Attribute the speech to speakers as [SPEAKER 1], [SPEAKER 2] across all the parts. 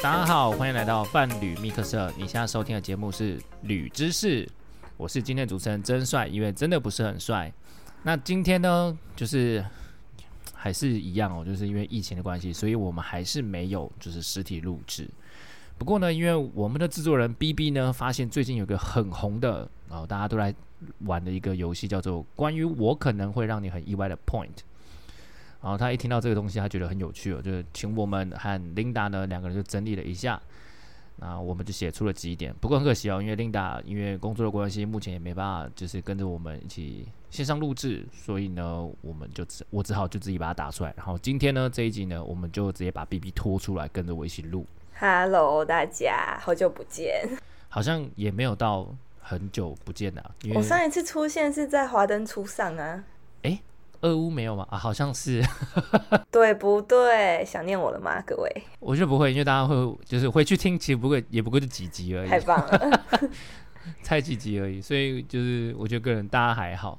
[SPEAKER 1] 大家好，欢迎来到伴侣密克社。你现在收听的节目是《旅知识》，我是今天的主持人真帅，因为真的不是很帅。那今天呢，就是还是一样哦，就是因为疫情的关系，所以我们还是没有就是实体录制。不过呢，因为我们的制作人 B B 呢，发现最近有个很红的，然、后大家都来玩的一个游戏，叫做《关于我可能会让你很意外的 Point》。然后他一听到这个东西，他觉得很有趣哦，就是请我们和 Linda 呢两个人就整理了一下，那我们就写出了几点。不过很可惜哦，因为 Linda 因为工作的关系，目前也没办法就是跟着我们一起线上录制，所以呢，我们就只我只好就自己把它打出来。然后今天呢这一集呢，我们就直接把 BB 拖出来跟着我一起录，
[SPEAKER 2] Hello，大家，好久不见！
[SPEAKER 1] 好像也没有到很久不见的、因
[SPEAKER 2] 我
[SPEAKER 1] 为
[SPEAKER 2] 上一次出现是在《华灯初上》啊，
[SPEAKER 1] 俄乌没有吗？啊，好像是。
[SPEAKER 2] 对不对？想念我了吗，各位？
[SPEAKER 1] 我觉得不会，因为大家会就是回去听，其实不会，也不过就几集而已，
[SPEAKER 2] 太棒 了！
[SPEAKER 1] 才几集而已，所以就是我觉得个人大家还好。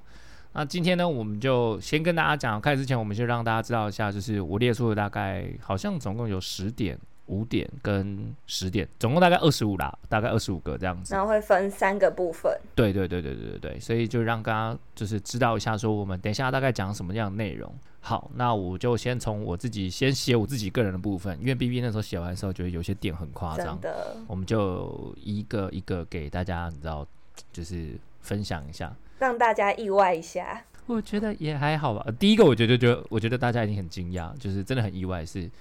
[SPEAKER 1] 那今天呢，我们就先跟大家讲，开始之前我们就让大家知道一下，就是我列出了大概好像总共有十点、五点跟十点，总共大概二十五啦，大概二十五个这样子
[SPEAKER 2] 然。后会分三个部分，
[SPEAKER 1] 对对对对对对对，所以就让大家就是知道一下，说我们等一下大概讲什么样的内容。好，那我就先从我自己先写我自己个人的部分，因为 B B 那时候写完的时候，觉得有些点很夸张
[SPEAKER 2] 真，的
[SPEAKER 1] 我们就一个一个给大家，你知道，就是分享一下。
[SPEAKER 2] 让大家意外一下。
[SPEAKER 1] 我觉得也还好吧。呃第一个，我觉得觉得，我觉得大家一定很惊讶，就是真的很意外是，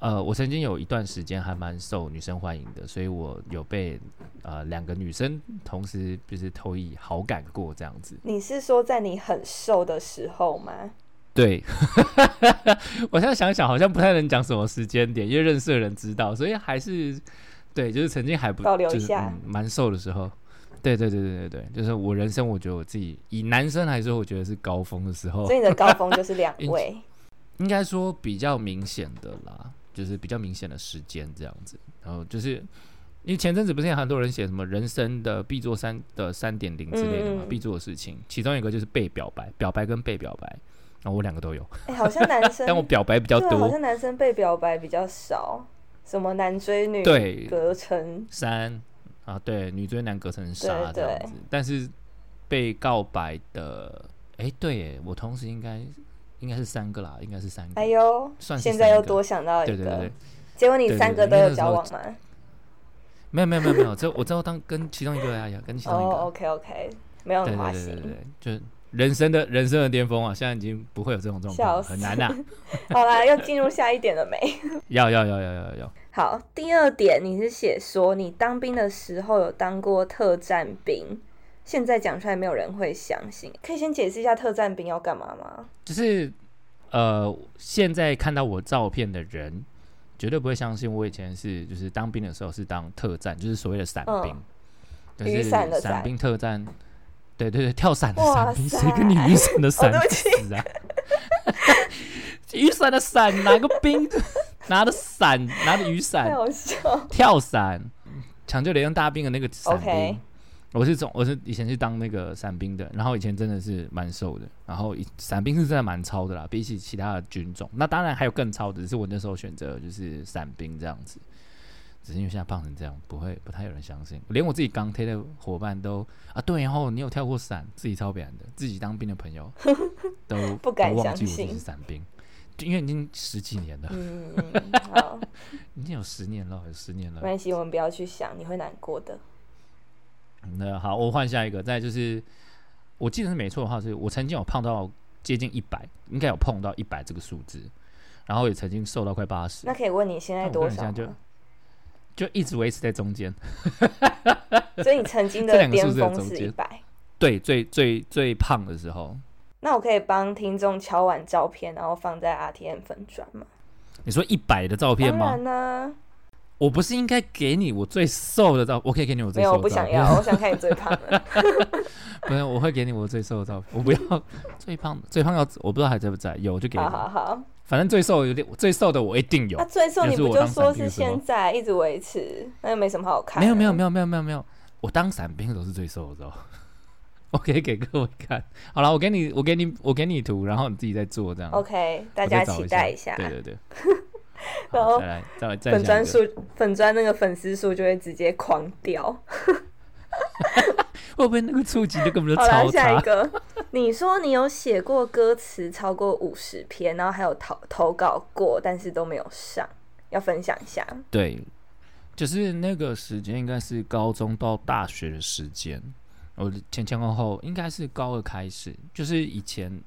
[SPEAKER 1] 呃，我曾经有一段时间还蛮受女生欢迎的，所以我有被呃两个女生同时就是投以好感过这样子。
[SPEAKER 2] 你是说在你很瘦的时候吗？
[SPEAKER 1] 对， 我现在想想好像不太能讲什么时间点，因为认识的人知道，所以还是对，就是曾经还不
[SPEAKER 2] 保留一
[SPEAKER 1] 就是
[SPEAKER 2] 下
[SPEAKER 1] 嗯蛮、瘦的时候。对对对对对对，就是我人生，我觉得我自己以男生来说，我觉得是高峰的时候
[SPEAKER 2] 所，以你的高峰就是两
[SPEAKER 1] 因
[SPEAKER 2] 位，
[SPEAKER 1] 应该说比较明显的啦，就是比较明显的时间这样子。然后就是因为前阵子不是有很多人写什么人生的必做三的三点零之类的嘛，
[SPEAKER 2] 嗯
[SPEAKER 1] 必做的事情，其中一个就是被表白，表白跟被表白，然后我两个都有，
[SPEAKER 2] 哎、好像男生
[SPEAKER 1] 但我表白比较
[SPEAKER 2] 对啊，好
[SPEAKER 1] 多。
[SPEAKER 2] 像男生被表白比较少，什么男追女
[SPEAKER 1] 对
[SPEAKER 2] 隔层，
[SPEAKER 1] 三啊，对，女追男隔层纱
[SPEAKER 2] 对
[SPEAKER 1] 这样
[SPEAKER 2] 对
[SPEAKER 1] 子。但是被告白的，哎、对耶，我同时应该应该是三个啦，应该是三个。
[SPEAKER 2] 哎呦，
[SPEAKER 1] 算是
[SPEAKER 2] 现在又
[SPEAKER 1] 三个
[SPEAKER 2] 多想到一
[SPEAKER 1] 对
[SPEAKER 2] 个，
[SPEAKER 1] 对对对，
[SPEAKER 2] 结果你
[SPEAKER 1] 对对
[SPEAKER 2] 三个
[SPEAKER 1] 对
[SPEAKER 2] 都
[SPEAKER 1] 因为
[SPEAKER 2] 有
[SPEAKER 1] 那时
[SPEAKER 2] 交
[SPEAKER 1] 候
[SPEAKER 2] 往吗？
[SPEAKER 1] 没有没有没有没有，这我知道当跟其中一个呀呀，跟其中一个。
[SPEAKER 2] 哦、o k OK，没有
[SPEAKER 1] 对
[SPEAKER 2] 很
[SPEAKER 1] 对
[SPEAKER 2] 花
[SPEAKER 1] 对
[SPEAKER 2] 心。
[SPEAKER 1] 对对，就是人生的人生的巅峰啊，现在已经不会有这种状况
[SPEAKER 2] 笑
[SPEAKER 1] 了，
[SPEAKER 2] 死
[SPEAKER 1] 很难呐、啊
[SPEAKER 2] 好啦， 要进入下一点了没？
[SPEAKER 1] 要要要要要要，
[SPEAKER 2] 好，第二点你是写说你当兵的时候有当过特战兵，现在讲出来没有人会相信。可以先解释一下特战兵要干嘛吗？
[SPEAKER 1] 就是呃，现在看到我照片的人，绝对不会相信我以前是就是当兵的时候是当特战，就是所谓的伞兵，就
[SPEAKER 2] 嗯雨
[SPEAKER 1] 是
[SPEAKER 2] 伞的
[SPEAKER 1] 伞
[SPEAKER 2] 伞
[SPEAKER 1] 兵特战。对对对，跳伞的
[SPEAKER 2] 哇
[SPEAKER 1] 伞兵，谁
[SPEAKER 2] 塞
[SPEAKER 1] 跟你雨伞的伞
[SPEAKER 2] 对不起
[SPEAKER 1] 死啊？ 雨伞的伞，拿个兵 拿着伞，拿着雨伞
[SPEAKER 2] 太，好笑，
[SPEAKER 1] 跳伞，抢救连用大兵的那个伞兵。
[SPEAKER 2] OK
[SPEAKER 1] 我是从我是以前是当那个伞兵的，然后以前真的是蛮瘦的，然后以伞兵是真的蛮超的啦，比起其他的军种，那当然还有更超的，只是我那时候选择就是伞兵这样子，只是因为现在胖成这样，不会不太有人相信，连我自己钢铁的伙伴都啊对，然后你有跳过伞，自己超别人的，自己当兵的朋 友都
[SPEAKER 2] 不敢
[SPEAKER 1] 都忘
[SPEAKER 2] 相
[SPEAKER 1] 记我自己
[SPEAKER 2] 信
[SPEAKER 1] 是伞兵，就因为已经十几年了，
[SPEAKER 2] 嗯， 好，
[SPEAKER 1] 已经有十年了，有十年了
[SPEAKER 2] 没，关系，我们不要去想，你会难过 的。
[SPEAKER 1] 那嗯好，我换下一个。再来就是，我记得是没错的话，是我曾经有胖到接近一百，应该有碰到一百这个数字，然后也曾经瘦到快八十
[SPEAKER 2] 那，可以问你现在
[SPEAKER 1] 那我个
[SPEAKER 2] 多
[SPEAKER 1] 人
[SPEAKER 2] 少
[SPEAKER 1] 现在
[SPEAKER 2] 吗？
[SPEAKER 1] 就一直维持在中间。
[SPEAKER 2] 所以你曾经
[SPEAKER 1] 这
[SPEAKER 2] 的
[SPEAKER 1] 两个
[SPEAKER 2] 巅
[SPEAKER 1] 数字的
[SPEAKER 2] 峰
[SPEAKER 1] 中
[SPEAKER 2] 是
[SPEAKER 1] 间
[SPEAKER 2] 一百，
[SPEAKER 1] 对最最最胖的时候，
[SPEAKER 2] 那我可以帮听众敲完照片，然后放在 RTM 粉砖吗？
[SPEAKER 1] 你说一百的照片
[SPEAKER 2] 当
[SPEAKER 1] 吗
[SPEAKER 2] 然？啊呢、
[SPEAKER 1] 我不是应该给你我最瘦的照，我可以给你我
[SPEAKER 2] 没
[SPEAKER 1] 最
[SPEAKER 2] 有，
[SPEAKER 1] 瘦的
[SPEAKER 2] 我不
[SPEAKER 1] 照
[SPEAKER 2] 想
[SPEAKER 1] 片，
[SPEAKER 2] 要，我想看你最胖的。
[SPEAKER 1] 不是，我会给你我最瘦的照片，我不要 最胖的，最胖要我不知道还在不在，有就给你
[SPEAKER 2] 好，好好，
[SPEAKER 1] 反正最瘦有点，最瘦的我一定有
[SPEAKER 2] 那、。最瘦
[SPEAKER 1] 也
[SPEAKER 2] 你
[SPEAKER 1] 是
[SPEAKER 2] 不
[SPEAKER 1] 我
[SPEAKER 2] 就
[SPEAKER 1] 当
[SPEAKER 2] 说
[SPEAKER 1] 伞兵
[SPEAKER 2] 是
[SPEAKER 1] 的时候
[SPEAKER 2] 现在一直维持，那又没什么好看。
[SPEAKER 1] 没有没有没有没有没有没有，我当伞兵的时候是最瘦的时候。 我可以给各位看，好了，我给你，我给你，我给你图，然后你自己再做这样。
[SPEAKER 2] OK，大
[SPEAKER 1] 我
[SPEAKER 2] 家
[SPEAKER 1] 再找
[SPEAKER 2] 期待一下。
[SPEAKER 1] 对对 对。
[SPEAKER 2] 然
[SPEAKER 1] 好
[SPEAKER 2] 后
[SPEAKER 1] 再来再来再来下
[SPEAKER 2] 粉
[SPEAKER 1] 一
[SPEAKER 2] 砖
[SPEAKER 1] 个
[SPEAKER 2] 数，粉砖那个粉丝数就会直接狂掉。
[SPEAKER 1] 会不会那个触及就根本就
[SPEAKER 2] 好啦，
[SPEAKER 1] 超
[SPEAKER 2] 下一
[SPEAKER 1] 差？
[SPEAKER 2] 个，你说你有写过歌词超过五十篇，然后还有投投稿过，但是都没有上，要分享一下。
[SPEAKER 1] 对，就是那个时间应该是高中到大学的时间，我前前后后应该是高二开始，就是以前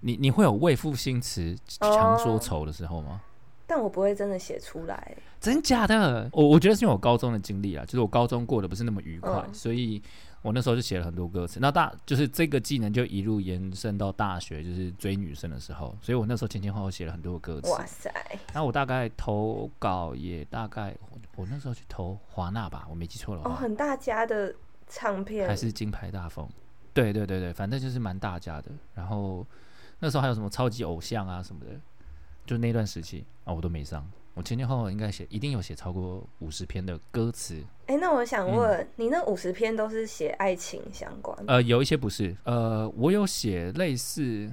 [SPEAKER 1] 你你会有为赋新词强说
[SPEAKER 2] 哦
[SPEAKER 1] 愁的时候吗？
[SPEAKER 2] 但我不会真的写出来。
[SPEAKER 1] 真假的？我我觉得是因为我高中的经历啊，就是我高中过得不是那么愉快，
[SPEAKER 2] 嗯
[SPEAKER 1] 所以我那时候就写了很多歌词。那大就是这个技能就一路延伸到大学，就是追女生的时候，所以我那时候前前后后写了很多歌词。
[SPEAKER 2] 哇塞，
[SPEAKER 1] 然后我大概投稿也大概我我那时候去投华纳吧，我没记错的
[SPEAKER 2] 哦，
[SPEAKER 1] 话，
[SPEAKER 2] 很大家的唱片
[SPEAKER 1] 还是金牌大风。对对对对，反正就是蛮大家的。然后那时候还有什么超级偶像啊什么的，就那段时期啊、我都没上。我前前后后应该写，一定有写超过五十篇的歌词，
[SPEAKER 2] 哎、那我
[SPEAKER 1] 嗯
[SPEAKER 2] 想问、你，那五十篇都是写爱情相关的？
[SPEAKER 1] 呃，有一些不是，呃，我有写类似，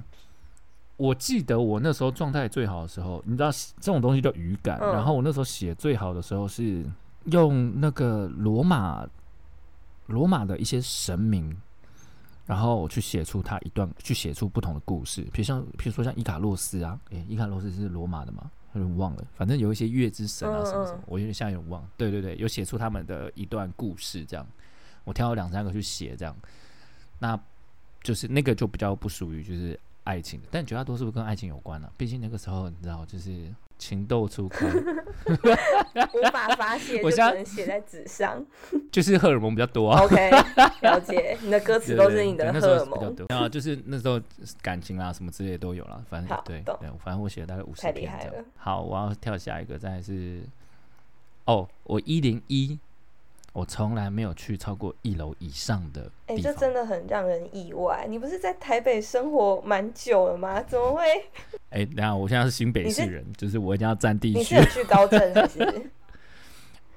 [SPEAKER 1] 我记得我那时候状态最好的时候，你知道这种东西叫语感，
[SPEAKER 2] 嗯
[SPEAKER 1] 然后我那时候写最好的时候是用那个罗马罗马的一些神明。然后我去写出他一段，去写出不同的故事，比如像，比如说像伊卡洛斯啊，诶，伊卡洛斯是罗马的嘛，有点忘了，反正有一些月之神啊
[SPEAKER 2] 嗯
[SPEAKER 1] 什么什
[SPEAKER 2] 嗯
[SPEAKER 1] 么，我有点现在有点忘。对对对，有写出他们的一段故事，这样，我挑了两三个去写，这样，那就是那个就比较不属于就是爱情的，但绝大多数跟爱情有关了、啊毕竟那个时候你知道，就是情窦初开，
[SPEAKER 2] 无法发泄，
[SPEAKER 1] 我现
[SPEAKER 2] 就只
[SPEAKER 1] 在
[SPEAKER 2] 能写在纸 上。
[SPEAKER 1] 就是荷尔蒙比较多啊。
[SPEAKER 2] OK，了解。你的歌词
[SPEAKER 1] 对
[SPEAKER 2] 都
[SPEAKER 1] 对
[SPEAKER 2] 是你
[SPEAKER 1] 对
[SPEAKER 2] 的
[SPEAKER 1] 那时
[SPEAKER 2] 荷
[SPEAKER 1] 候
[SPEAKER 2] 尔
[SPEAKER 1] 是比较
[SPEAKER 2] 蒙，
[SPEAKER 1] 多啊，就是那时候感情啊啦什么之类的都有啦，反正
[SPEAKER 2] 好
[SPEAKER 1] 对
[SPEAKER 2] 懂
[SPEAKER 1] 对，反正我写了大概五十
[SPEAKER 2] 太厉
[SPEAKER 1] 篇
[SPEAKER 2] 害
[SPEAKER 1] 这样
[SPEAKER 2] 了。
[SPEAKER 1] 好，我要跳下一个，再来是哦，我一零一，我从来没有去超过一楼以上的
[SPEAKER 2] 哎、
[SPEAKER 1] 地
[SPEAKER 2] 这
[SPEAKER 1] 方。
[SPEAKER 2] 真的很让人意外。你不是在台北生活蛮久了吗？怎么会？
[SPEAKER 1] 哎，等一下我现在是新北
[SPEAKER 2] 你
[SPEAKER 1] 市
[SPEAKER 2] 是
[SPEAKER 1] 人，就是我一定要占地
[SPEAKER 2] 你
[SPEAKER 1] 区
[SPEAKER 2] 是有。惧高症是不是？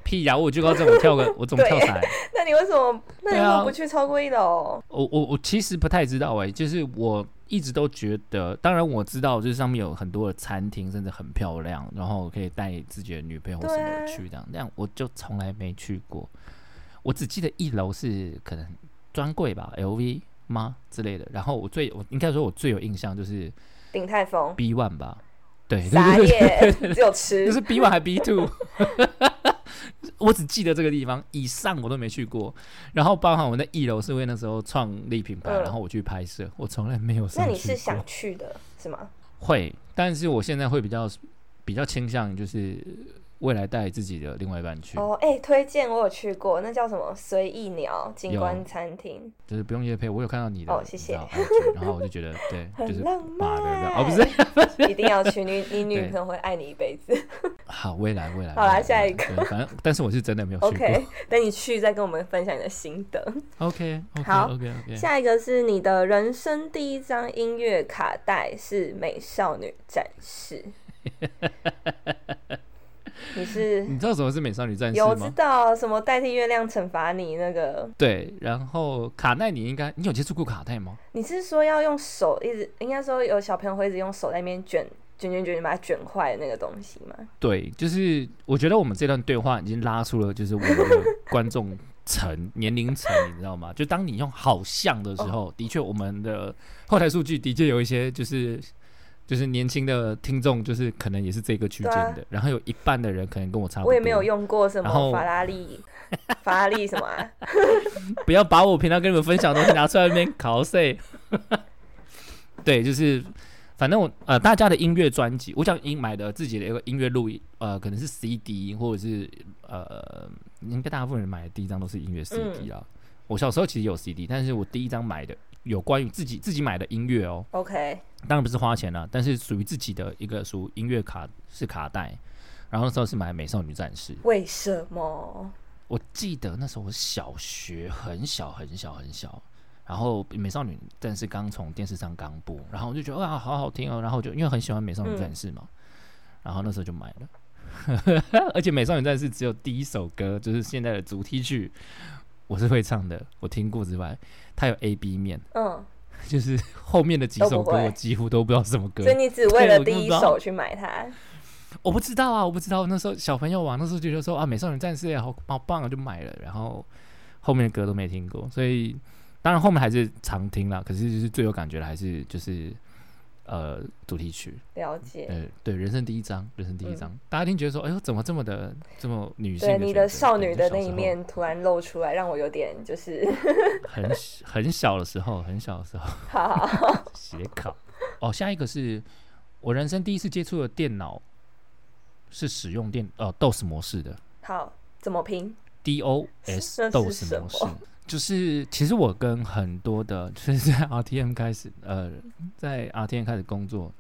[SPEAKER 1] 屁呀！我就高这我跳个，我怎么跳
[SPEAKER 2] 对
[SPEAKER 1] 伞？
[SPEAKER 2] 那你为什么？那你为
[SPEAKER 1] 对
[SPEAKER 2] 什
[SPEAKER 1] 啊
[SPEAKER 2] 么不去超过一楼？
[SPEAKER 1] 我我我其实不太知道哎、就是我一直都觉得，当然我知道，就是上面有很多的餐厅，甚至很漂亮，然后可以带自己的女朋友或什么的
[SPEAKER 2] 对啊
[SPEAKER 1] 去这样，但我就从来没去过。我只记得一楼是可能专柜吧，LV 吗之类的。然后我最我应该说我最有印象就是
[SPEAKER 2] 鼎泰丰，
[SPEAKER 1] B One 吧， 对， 对
[SPEAKER 2] 傻
[SPEAKER 1] 对对
[SPEAKER 2] 眼，只有吃
[SPEAKER 1] 就是 B one 还 B two，我只记得这个地方，以上我都没去过。然后包含我在一楼是因为那时候创立品牌，
[SPEAKER 2] 嗯
[SPEAKER 1] 然后我去拍摄，我从来没有上
[SPEAKER 2] 那
[SPEAKER 1] 去过。
[SPEAKER 2] 你是想去的是吗？
[SPEAKER 1] 会，但是我现在会比较比较倾向于就是未来带自己的另外一半去，
[SPEAKER 2] 哦，哎、推荐我有去过，那叫什么随意鸟景
[SPEAKER 1] 有
[SPEAKER 2] 观餐厅，
[SPEAKER 1] 就是不用夜配。我有看到你的，
[SPEAKER 2] 哦谢谢
[SPEAKER 1] 你知道 IG 然后我就觉得 对，
[SPEAKER 2] 很
[SPEAKER 1] 就是
[SPEAKER 2] 浪
[SPEAKER 1] 妈的
[SPEAKER 2] 漫
[SPEAKER 1] 哦不是，
[SPEAKER 2] 一定要去，你你女
[SPEAKER 1] 对
[SPEAKER 2] 朋友会爱你一辈子。
[SPEAKER 1] 好未来未来。
[SPEAKER 2] 好啦
[SPEAKER 1] 未来
[SPEAKER 2] 下一
[SPEAKER 1] 未来对反正但是我是真的没有去过。
[SPEAKER 2] OK，等 你去再跟我们分享你的心得。
[SPEAKER 1] OK OK
[SPEAKER 2] 好
[SPEAKER 1] OK OK。
[SPEAKER 2] 下一个是你的人生第一张音乐卡带是《美少女战 士》，你是
[SPEAKER 1] 你知道什么是美少女战士
[SPEAKER 2] 有
[SPEAKER 1] 吗？
[SPEAKER 2] 知道什么代替月亮惩罚你那个？
[SPEAKER 1] 对，然后卡耐你应该，你有接触过卡耐吗？
[SPEAKER 2] 你是说要用手一直，应该说有小朋友会一直用手在那边卷卷卷卷，把它卷坏的那个东西吗？
[SPEAKER 1] 对，就是我觉得我们这段对话已经拉出了，就是我 们的观众层年龄层，你知道吗？就当你用好像的时候，的确我们的后台数据的确有一些就是。就是年轻的听众，就是可能也是这个区间
[SPEAKER 2] 对啊
[SPEAKER 1] 的，然后有一半的人可能跟我差不多。
[SPEAKER 2] 我也没有，用过什
[SPEAKER 1] 然后
[SPEAKER 2] 么法拉利，法拉利什么、啊？
[SPEAKER 1] 不要把我平常跟你们分享的东西拿出来那边考谁。 对，就是反正我呃，大家的音乐专辑，我想音买的自己的一个音乐录音，呃，可能是 CD 或者是呃，应该大部分人买的第一张都是音乐 CD 啊。我小时候其实有 CD，但是我第一张买的有关于自己自己买的音乐哦，
[SPEAKER 2] OK，
[SPEAKER 1] 当然不是花钱了，但是属于自己的一个属于音乐卡是卡带，然后那时候是买《美少女战士》，
[SPEAKER 2] 为什么？
[SPEAKER 1] 我记得那时候我小学很小很小很小，然后《美少女战士》刚从电视上刚播，然后我就觉得哇，好好听哦，然后我就因为很喜欢《美少女战士》嘛，然后那时候就买了， 而且《美少女战士》只有第一首歌就是现在的主题曲，我是会唱的，我听过之外，它有 A B 面，
[SPEAKER 2] 嗯，
[SPEAKER 1] 就是后面的几首
[SPEAKER 2] 都不
[SPEAKER 1] 歌
[SPEAKER 2] 会
[SPEAKER 1] 我几乎都不知道什么歌
[SPEAKER 2] 所以，你只为
[SPEAKER 1] 对我
[SPEAKER 2] 了
[SPEAKER 1] 就
[SPEAKER 2] 第一
[SPEAKER 1] 知道
[SPEAKER 2] 首去买它，
[SPEAKER 1] 我不知道啊，我不知道那时候小朋友玩，那时候就觉得说啊，美少女战士也好好棒啊，就买了，然后后面的歌都没听过，所以当然后面还是常听啦，可是就是最有感觉的还是就是呃主题曲，
[SPEAKER 2] 了解。
[SPEAKER 1] 呃对，人生第一章，人生第一章，大家一定觉得说，哎呦怎么这么的这么女性
[SPEAKER 2] 嗯对
[SPEAKER 1] 选择？
[SPEAKER 2] 你的少女的
[SPEAKER 1] 对
[SPEAKER 2] 那一，面突然露出来，让我有点就是，
[SPEAKER 1] 就小时候很很小的时候，很小的时候
[SPEAKER 2] 好好好，
[SPEAKER 1] 写考。哦，下一个是我人生第一次接触的电脑是使用电哦 DOS 模式的。
[SPEAKER 2] 好怎么拼？
[SPEAKER 1] DOS
[SPEAKER 2] 这是
[SPEAKER 1] DOS
[SPEAKER 2] 什
[SPEAKER 1] 模
[SPEAKER 2] 么
[SPEAKER 1] 式， 就是其实我跟很多的， 就是在 RTM 开始，呃，在 RTM 开始工作，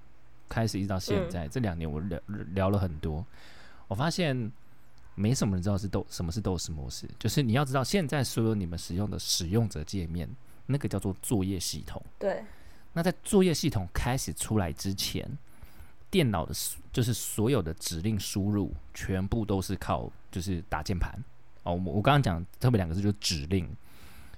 [SPEAKER 1] 开始一直到现
[SPEAKER 2] 嗯
[SPEAKER 1] 在、这两年，我聊聊了很多，我发现没什么人知道是斗什么是 DOS 模式，就是你要知道现在所有你们使用的使用者界面，那个叫做作业系统。
[SPEAKER 2] 对，
[SPEAKER 1] 那在作业系统开始出来之前，电脑的输就是所有的指令输入全部都是靠就是打键盘哦。我我刚刚讲特别两个字就是指令，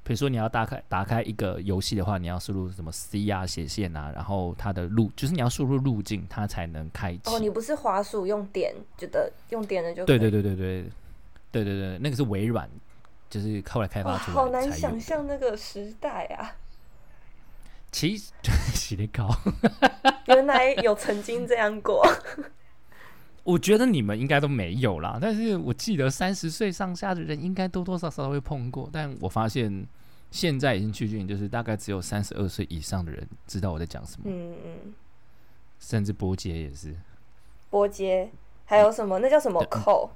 [SPEAKER 1] 比如说你要打开打开一个游戏的话，你要输入什么 C 啊斜线啊，然后它的路就是你要输入路径，它才能开启。
[SPEAKER 2] 哦，你不是滑鼠用点，觉得用点的就
[SPEAKER 1] 对对
[SPEAKER 2] 对，
[SPEAKER 1] 对对对对对对，那个是微软就是后来开
[SPEAKER 2] 哇，
[SPEAKER 1] 发出来
[SPEAKER 2] 好难
[SPEAKER 1] 才有
[SPEAKER 2] 想
[SPEAKER 1] 的
[SPEAKER 2] 象那个时代啊！
[SPEAKER 1] 其实 洗得高。
[SPEAKER 2] 原来有曾经这 样过，
[SPEAKER 1] 我觉得你们应该都没有啦，但是我记得三十岁上下的人应该多多少少会碰过，但我发现现在已经趋近，就是大概只有三十二岁以上的人知道我在讲什么，
[SPEAKER 2] 嗯嗯，
[SPEAKER 1] 甚至波姐也是，
[SPEAKER 2] 波接还有什么？那叫什么
[SPEAKER 1] 对
[SPEAKER 2] 扣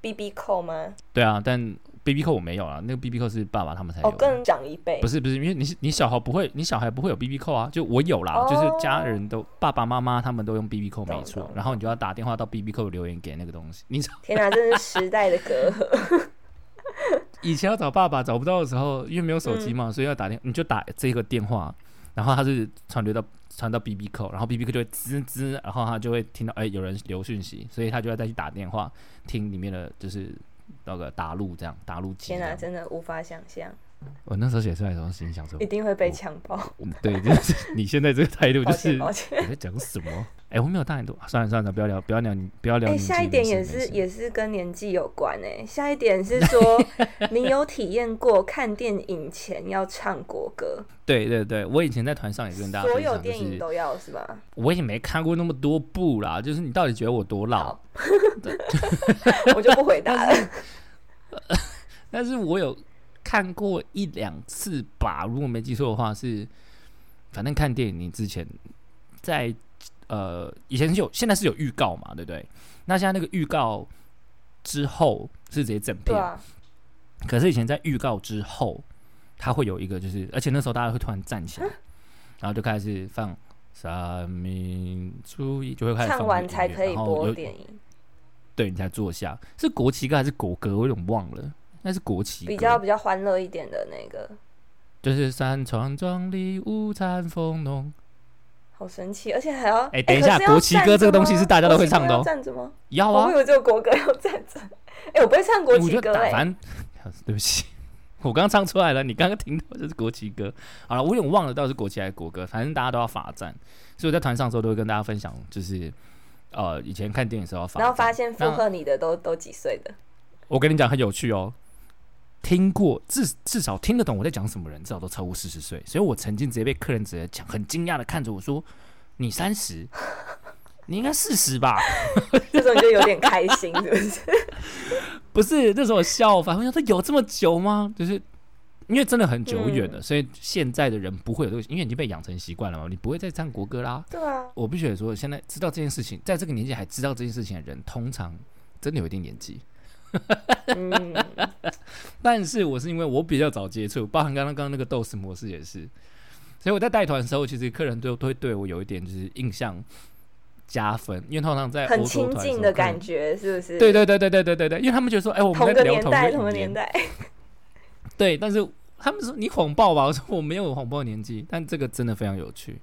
[SPEAKER 2] ？B B 扣吗？
[SPEAKER 1] 对啊，但 B B 扣我没有啊，那个 B B 扣是爸爸他们才有
[SPEAKER 2] 哦，
[SPEAKER 1] 的，
[SPEAKER 2] 更长一辈
[SPEAKER 1] 不。是不是，因为你你小孩不会，你小孩不会有 B B 扣啊，就我有啦，就是家人都爸爸妈妈他们都用 B B 扣没
[SPEAKER 2] 哦懂
[SPEAKER 1] 错，
[SPEAKER 2] 懂
[SPEAKER 1] 然后你就要打电话到 B B 扣留言给那个东西，你知道
[SPEAKER 2] 天哪、这是时代的隔阂。
[SPEAKER 1] 以前要找爸爸找不到的时候，因为没有手机嘛，所以要打电，你就打这个电话，然后他是传流到传到 B B 扣，然后 B B 扣就会滋滋，然后他就会听到哎、有人留讯息，所以他就要再去打电话听里面的就是那个打录这样打录机
[SPEAKER 2] 天
[SPEAKER 1] 这
[SPEAKER 2] 哪、
[SPEAKER 1] 样。
[SPEAKER 2] 真的无法想象，
[SPEAKER 1] 我那时候写出来的时候，心里想说
[SPEAKER 2] 一，定会被强暴。
[SPEAKER 1] 我对，就是你现在这个态度
[SPEAKER 2] 抱
[SPEAKER 1] 就
[SPEAKER 2] 歉，
[SPEAKER 1] 是
[SPEAKER 2] 抱
[SPEAKER 1] 我
[SPEAKER 2] 歉。
[SPEAKER 1] 在讲什么？哎、我没有大很多，算了算了，不要聊，不要聊你，不要聊
[SPEAKER 2] 哎、
[SPEAKER 1] 年纪。
[SPEAKER 2] 下一点
[SPEAKER 1] 没事
[SPEAKER 2] 也
[SPEAKER 1] 没
[SPEAKER 2] 是
[SPEAKER 1] 事
[SPEAKER 2] 也是跟年纪有关哎、下一点是 说，你有体验过看电影前要唱国 歌，
[SPEAKER 1] 对对对，我以前在团上也跟大家
[SPEAKER 2] 所
[SPEAKER 1] 啊分享
[SPEAKER 2] 有电
[SPEAKER 1] 就
[SPEAKER 2] 影
[SPEAKER 1] 是
[SPEAKER 2] 都要是吧？
[SPEAKER 1] 我也没看过那么多部啦，就是你到底觉得我多老
[SPEAKER 2] 好？我就不回答 了。
[SPEAKER 1] 但是我有看过一两次吧，如果没记错的话是，反正看电影你之前在呃以前是有，现在是有预告嘛，对不对？那现在那个预告之后是直接整
[SPEAKER 2] 对
[SPEAKER 1] 片，
[SPEAKER 2] 啊，
[SPEAKER 1] 可是以前在预告之后，它会有一个就是，而且那时候大家会突然站
[SPEAKER 2] 嗯
[SPEAKER 1] 起来，然后就开始放。三民主义就会开始
[SPEAKER 2] 唱
[SPEAKER 1] 放
[SPEAKER 2] 完
[SPEAKER 1] 那个
[SPEAKER 2] 才
[SPEAKER 1] 音乐
[SPEAKER 2] 可以
[SPEAKER 1] 然后
[SPEAKER 2] 播
[SPEAKER 1] 有
[SPEAKER 2] 电影，
[SPEAKER 1] 对你才坐下，是国旗歌还是国歌？我有点忘了，那是国旗歌
[SPEAKER 2] 比较比较欢乐一点的那个，
[SPEAKER 1] 就是山川壮丽，五彩丰浓。
[SPEAKER 2] 好神奇，而且还要
[SPEAKER 1] 哎等一下
[SPEAKER 2] 可是要
[SPEAKER 1] 国旗歌
[SPEAKER 2] 站着
[SPEAKER 1] 这个东
[SPEAKER 2] 吗
[SPEAKER 1] 西是大家都会唱的哦
[SPEAKER 2] 国旗歌要站着吗？哦
[SPEAKER 1] 要
[SPEAKER 2] 我
[SPEAKER 1] 啊
[SPEAKER 2] 以，为只有国歌要站着。哎，我不会唱国
[SPEAKER 1] 我
[SPEAKER 2] 旗
[SPEAKER 1] 就
[SPEAKER 2] 歌
[SPEAKER 1] 打
[SPEAKER 2] 哎，
[SPEAKER 1] 反， 对不起，我刚唱出来了，你刚刚听到这是国旗歌。好了，我有点忘了到底是国旗还是国歌，反正大家都要罚站，所以我在团上的时候都会跟大家分享，就是呃以前看电影的时候要罚站。
[SPEAKER 2] 然后发现附
[SPEAKER 1] 那
[SPEAKER 2] 和你的都都几岁的，
[SPEAKER 1] 我跟你讲很有趣哦，听过至至少听得懂我在讲什么人，至少都超过四十岁，所以我曾经直接被客人直接讲，很惊讶的看着我说：“你三十，你应该四十吧
[SPEAKER 2] 这时候你就有点开心，是 不是？？”
[SPEAKER 1] 不是，那时候我笑翻，我想说有这么久吗？就是因为真的很久远了，所以现在的人不会有这个，因为已经被养成习惯了嘛，你不会再唱国歌啦。
[SPEAKER 2] 对啊，
[SPEAKER 1] 我必须得说，现在知道这件事情，在这个年纪还知道这件事情的人，通常真的有一定年纪。
[SPEAKER 2] 嗯，
[SPEAKER 1] 但是我是因为我比较早接触，包含刚刚刚刚那个斗士模式也是，所以我在带团的时候，其实客人都都会对我有一点就是印象加分，因为通常在
[SPEAKER 2] 很
[SPEAKER 1] 哎欧洲团的
[SPEAKER 2] 亲
[SPEAKER 1] 时候
[SPEAKER 2] 近的
[SPEAKER 1] 客人
[SPEAKER 2] 感觉，是不是？
[SPEAKER 1] 对对对对对对对对，因为他们觉得说，哎、我
[SPEAKER 2] 同
[SPEAKER 1] 们在
[SPEAKER 2] 个
[SPEAKER 1] 聊
[SPEAKER 2] 年代，
[SPEAKER 1] 同
[SPEAKER 2] 同
[SPEAKER 1] 个
[SPEAKER 2] 个
[SPEAKER 1] 语言
[SPEAKER 2] 年代，
[SPEAKER 1] 对，但是他们说你谎报吧，我说我没有谎报年纪，但这个真的非常有趣。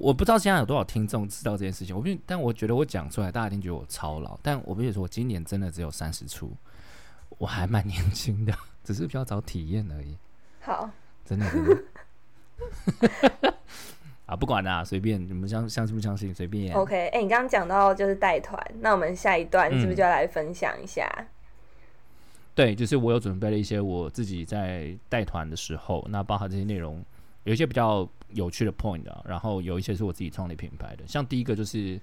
[SPEAKER 1] 我不知道现在有多少听众知道这件事情，我必须，但我觉得我讲出来，大家一定觉得我超老。但我必须说，我今年真的只有三十出，我还蛮年轻的，只是比较早体验而已。
[SPEAKER 2] 好，
[SPEAKER 1] 真的真的。 啊，不管啦、随便你们相相信不相信，随便。
[SPEAKER 2] OK，哎、你刚刚讲到就是带团，那我们下一段是不是
[SPEAKER 1] 嗯
[SPEAKER 2] 就要来分享一下？
[SPEAKER 1] 对，就是我有准备了一些我自己在带团的时候，那包含这些内容，有一些比较有趣的 point 啊，然后有一些是我自己创立品牌的，像第一个就是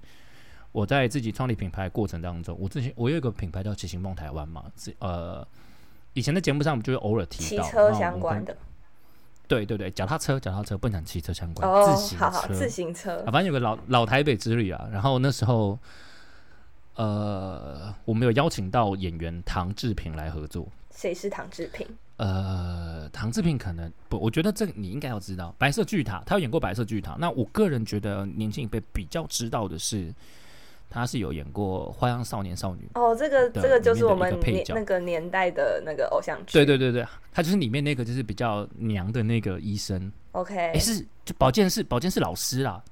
[SPEAKER 1] 我在自己创立品牌的过程当中，我之前我有一个品牌叫骑行梦台湾嘛，是呃以前的节目上我们就会偶尔提
[SPEAKER 2] 骑
[SPEAKER 1] 到
[SPEAKER 2] 车相
[SPEAKER 1] 然
[SPEAKER 2] 关，
[SPEAKER 1] 后我们跟
[SPEAKER 2] 的
[SPEAKER 1] 对对对，脚踏车脚踏车不能讲骑车相关，
[SPEAKER 2] 哦
[SPEAKER 1] 自行，车
[SPEAKER 2] 好好，自行车
[SPEAKER 1] 啊，，反正有个老老台北之旅啊，然后那时候，呃，我们有邀请到演员唐志平来合作。
[SPEAKER 2] 谁是唐志平？
[SPEAKER 1] 呃，唐志平可能不，我觉得这个你应该要知道，《白色巨塔》他有演过《白色巨塔》。那我个人觉得年轻一辈比较知道的是，他是有演过《花样少年少女》。
[SPEAKER 2] 哦，这个
[SPEAKER 1] 的
[SPEAKER 2] 这个就是我
[SPEAKER 1] 里面的一
[SPEAKER 2] 们
[SPEAKER 1] 个配
[SPEAKER 2] 年
[SPEAKER 1] 角
[SPEAKER 2] 那个年代的那个偶像剧。
[SPEAKER 1] 对对对对，他就是里面那个就是比较娘的那个医生，
[SPEAKER 2] ，OK，
[SPEAKER 1] 哎、是就保健室保健室老师啦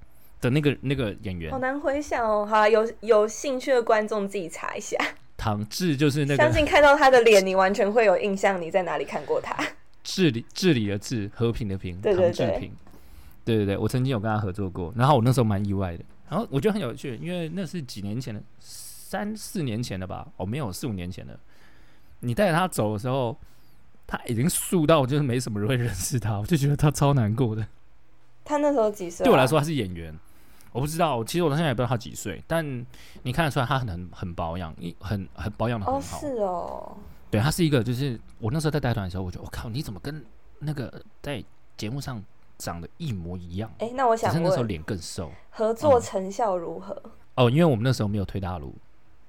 [SPEAKER 1] 的那个那个演员
[SPEAKER 2] 好难回想哦。好啦，有有兴趣的观众自己查一下，
[SPEAKER 1] 唐志，就是那
[SPEAKER 2] 相
[SPEAKER 1] 个
[SPEAKER 2] 信看到他的脸，你完全会有印象，你在哪里看过他？
[SPEAKER 1] 治理治理的治，和平的平，
[SPEAKER 2] 对对
[SPEAKER 1] 唐志
[SPEAKER 2] 对
[SPEAKER 1] 平。对对对，我曾经有跟他合作过，然后我那时候蛮意外的，然后我觉得很有趣，因为那是几年前的，三四年前的吧，哦没有四五年前的。你带着他走的时候，他已经素到就是没什么人会认识他，我就觉得他超难过的。
[SPEAKER 2] 他那时候几岁、啊
[SPEAKER 1] 对我来，说，他是演员，我不知道，其实我到现在也不知道他几岁，但你看得出来他很很很保养，一很很保养的很
[SPEAKER 2] 哦，
[SPEAKER 1] 好。
[SPEAKER 2] 是哦，
[SPEAKER 1] 对，他是一个，就是我那时候在带团的时候，我觉得我靠，你怎么跟那个在节目上长得一模一样？
[SPEAKER 2] 哎、那我
[SPEAKER 1] 只
[SPEAKER 2] 想
[SPEAKER 1] 是那时候
[SPEAKER 2] 问，
[SPEAKER 1] 脸更瘦
[SPEAKER 2] 合
[SPEAKER 1] 嗯
[SPEAKER 2] 作成效如何？
[SPEAKER 1] 哦，因为我们那时候没有推大陆，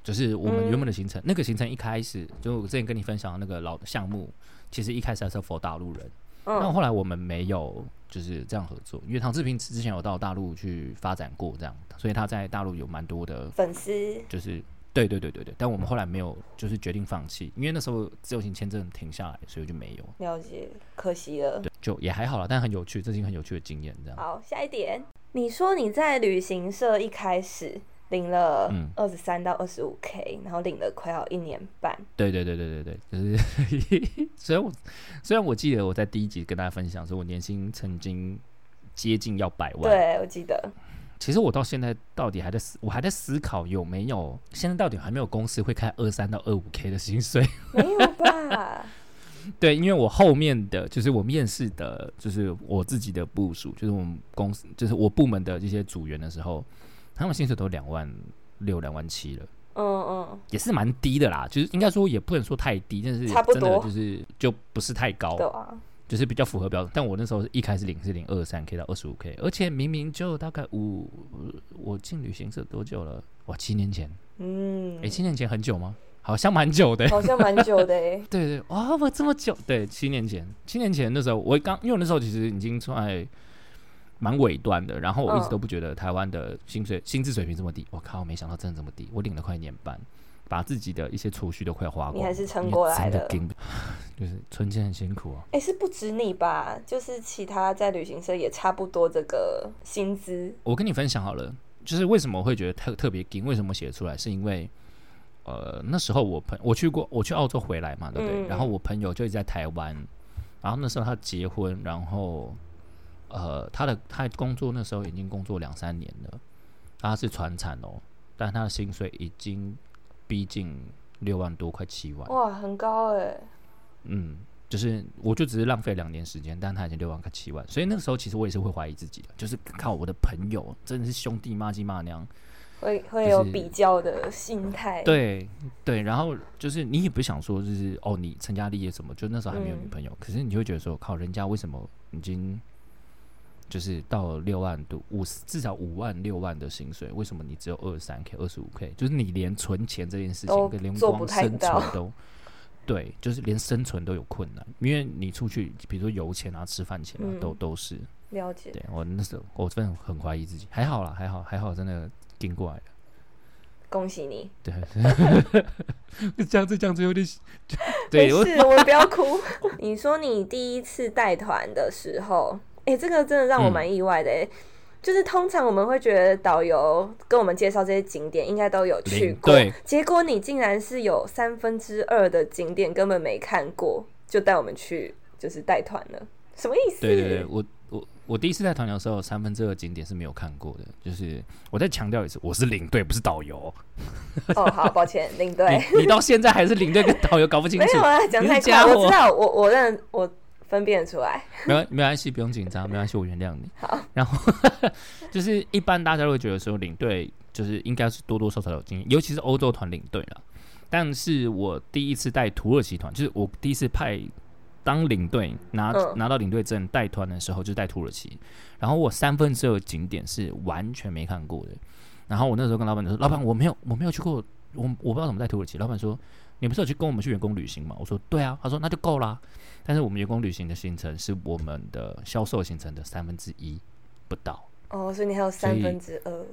[SPEAKER 1] 就是我们
[SPEAKER 2] 嗯
[SPEAKER 1] 原本的行程，那个行程一开始就我之前跟你分享的那个老项目，其实一开始还是 for 大陆人，那、
[SPEAKER 2] 嗯，
[SPEAKER 1] 后来我们没有就是这样合作，因为唐志平之前有到大陆去发展过这样，所以他在大陆有蛮多的
[SPEAKER 2] 粉丝
[SPEAKER 1] 就是对对对对对，但我们后来没有就是决定放弃，因为那时候自由行签证停下来，所以就没有。
[SPEAKER 2] 了解，可惜了。
[SPEAKER 1] 对，就也还好啦，但很有趣，这是一个很有趣的经验，这样。
[SPEAKER 2] 好，下一点，你说你在旅行社一开始领了
[SPEAKER 1] 嗯
[SPEAKER 2] 二十三到二十五 K，然后领了快要一年半，
[SPEAKER 1] 对对对对对对，就是 虽然我虽然我记得我在第一集跟大家分享说，我年薪曾经接近要百万，
[SPEAKER 2] 对我记 得，
[SPEAKER 1] 其实我到现在到底还在思，我还在思考有没有现在到底还没有公司会开二三到二五 K 的薪水。
[SPEAKER 2] 没有吧？
[SPEAKER 1] 对，因为我后面的就是我面试的，就是我自己的部署，就是我们公司，就是我部门的这些组员的时候，他们薪水都两万六、两万七了。
[SPEAKER 2] 嗯
[SPEAKER 1] 也是蛮低的啦，就是应该说也不能说太低，但是
[SPEAKER 2] 差不
[SPEAKER 1] 真的
[SPEAKER 2] 多
[SPEAKER 1] 就是就不是太高
[SPEAKER 2] 嗯，，对啊，
[SPEAKER 1] 就是比较符合标准。但我那时候一开始领是领二三 K 到二十五 K，而且明明就大概五，我进旅行社多久了？哇，七年前，
[SPEAKER 2] 嗯
[SPEAKER 1] 诶，，七年前很久吗？好像蛮久的、。
[SPEAKER 2] 好像蛮久的欸 诶
[SPEAKER 1] 对对，哇，我这么久，对，七年前，七年前那时候我刚，因为我那时候其实已经在蛮尾端的，然后我一直
[SPEAKER 2] 嗯
[SPEAKER 1] 都不觉得台湾的薪水、薪资水平这么低，我靠，没想到真的这么低，我领了快一年半，把自己的一些储蓄都快花光了，
[SPEAKER 2] 你还是撑
[SPEAKER 1] 因为
[SPEAKER 2] 过来
[SPEAKER 1] 真的
[SPEAKER 2] 了
[SPEAKER 1] 顶不， 就是存钱很辛苦啊。
[SPEAKER 2] 哎、是不止你吧？就是其他在旅行社也差不多这个薪资，
[SPEAKER 1] 我跟你分享好了，就是为什么我会觉得特特别紧，为什么写出来，是因为呃那时候我朋我去过我去澳洲回来嘛，对不对？
[SPEAKER 2] 嗯
[SPEAKER 1] 然后我朋友就一直在台湾，然后那时候他结婚，然后呃他的他工作那时候已经工作两三年了，他是船产哦，但他的薪水已经逼近六万多，快七万，
[SPEAKER 2] 哇，很高哎、
[SPEAKER 1] 嗯。就是，我就只是浪费两年时间，但他已经六万快七万，所以那个时候其实我也是会怀疑自己的，就是靠我的朋友，真的是兄弟妈鸡妈娘，
[SPEAKER 2] 会会
[SPEAKER 1] 就
[SPEAKER 2] 有
[SPEAKER 1] 是
[SPEAKER 2] 比较的心态。，
[SPEAKER 1] 对对，然后就是你也不想说就是哦，你成家立业什么，就那时候还没有女
[SPEAKER 2] 嗯
[SPEAKER 1] 朋友，可是你就会觉得说，靠，人家为什么已经就是到了六万多五十至少五万六万的薪水，为什么你只有二三 k 二十五 k？就是你连存钱这件事
[SPEAKER 2] 都
[SPEAKER 1] 情跟连
[SPEAKER 2] 做不
[SPEAKER 1] 光
[SPEAKER 2] 太
[SPEAKER 1] 生
[SPEAKER 2] 到
[SPEAKER 1] 存都对，就是连生存都有困难，因为你出去，比如说油钱啊、吃饭钱啊，都
[SPEAKER 2] 嗯
[SPEAKER 1] 都是。
[SPEAKER 2] 了解。
[SPEAKER 1] 对我那时候，我真的很怀疑自己，还好啦，还好，还好，真的顶过来了。
[SPEAKER 2] 恭喜你！
[SPEAKER 1] 对， 这样子这样子有点，
[SPEAKER 2] 没
[SPEAKER 1] 对我
[SPEAKER 2] 事，我们不要哭。 你说你第一次带团的时候，哎、这个真的让我蛮意外的、诶就是通常我们会觉得导游跟我们介绍这些景点应该都有去
[SPEAKER 1] 零
[SPEAKER 2] 过
[SPEAKER 1] 对，
[SPEAKER 2] 结果你竟然是有三分之二的景点根本没看过，就带我们去就是带团了，什么意思？
[SPEAKER 1] 对对对，我我我第一次在团游的时候，三分之二景点是没有看过的，就是我再强调一次，我是领队，不是导游。
[SPEAKER 2] 哦，好，抱歉，领队。
[SPEAKER 1] 你你到现在还是领队跟导游搞不清
[SPEAKER 2] 没
[SPEAKER 1] 楚
[SPEAKER 2] 有，啊，讲
[SPEAKER 1] 你
[SPEAKER 2] 太
[SPEAKER 1] 是
[SPEAKER 2] 快，
[SPEAKER 1] 家
[SPEAKER 2] 我
[SPEAKER 1] 伙
[SPEAKER 2] 知。道，我我认我分辨得出来。
[SPEAKER 1] 没关没关系，不用紧张，没关系，我原谅你。好，然后 就是一般大家都会觉得说领队就是应该是多多少少有经验，尤其是欧洲团领队了。但是我第一次带土耳其团，就是我第一次派当领队拿、
[SPEAKER 2] 嗯
[SPEAKER 1] 拿到领队证带团的时候，就带土耳其。然后我三分之二景点是完全没看过的。然后我那时候跟老板说：“老板，我没有我没有去过，我我不知道怎么带土耳其。”老板说：“你不是有去跟我们去员工旅行吗？”我说：“对啊。”他说：“那就够啦。”但是我们员工旅行的行程是我们的销售行程的三分之一不到。
[SPEAKER 2] 哦，所以你还有
[SPEAKER 1] 所
[SPEAKER 2] 三
[SPEAKER 1] 以
[SPEAKER 2] 分之二。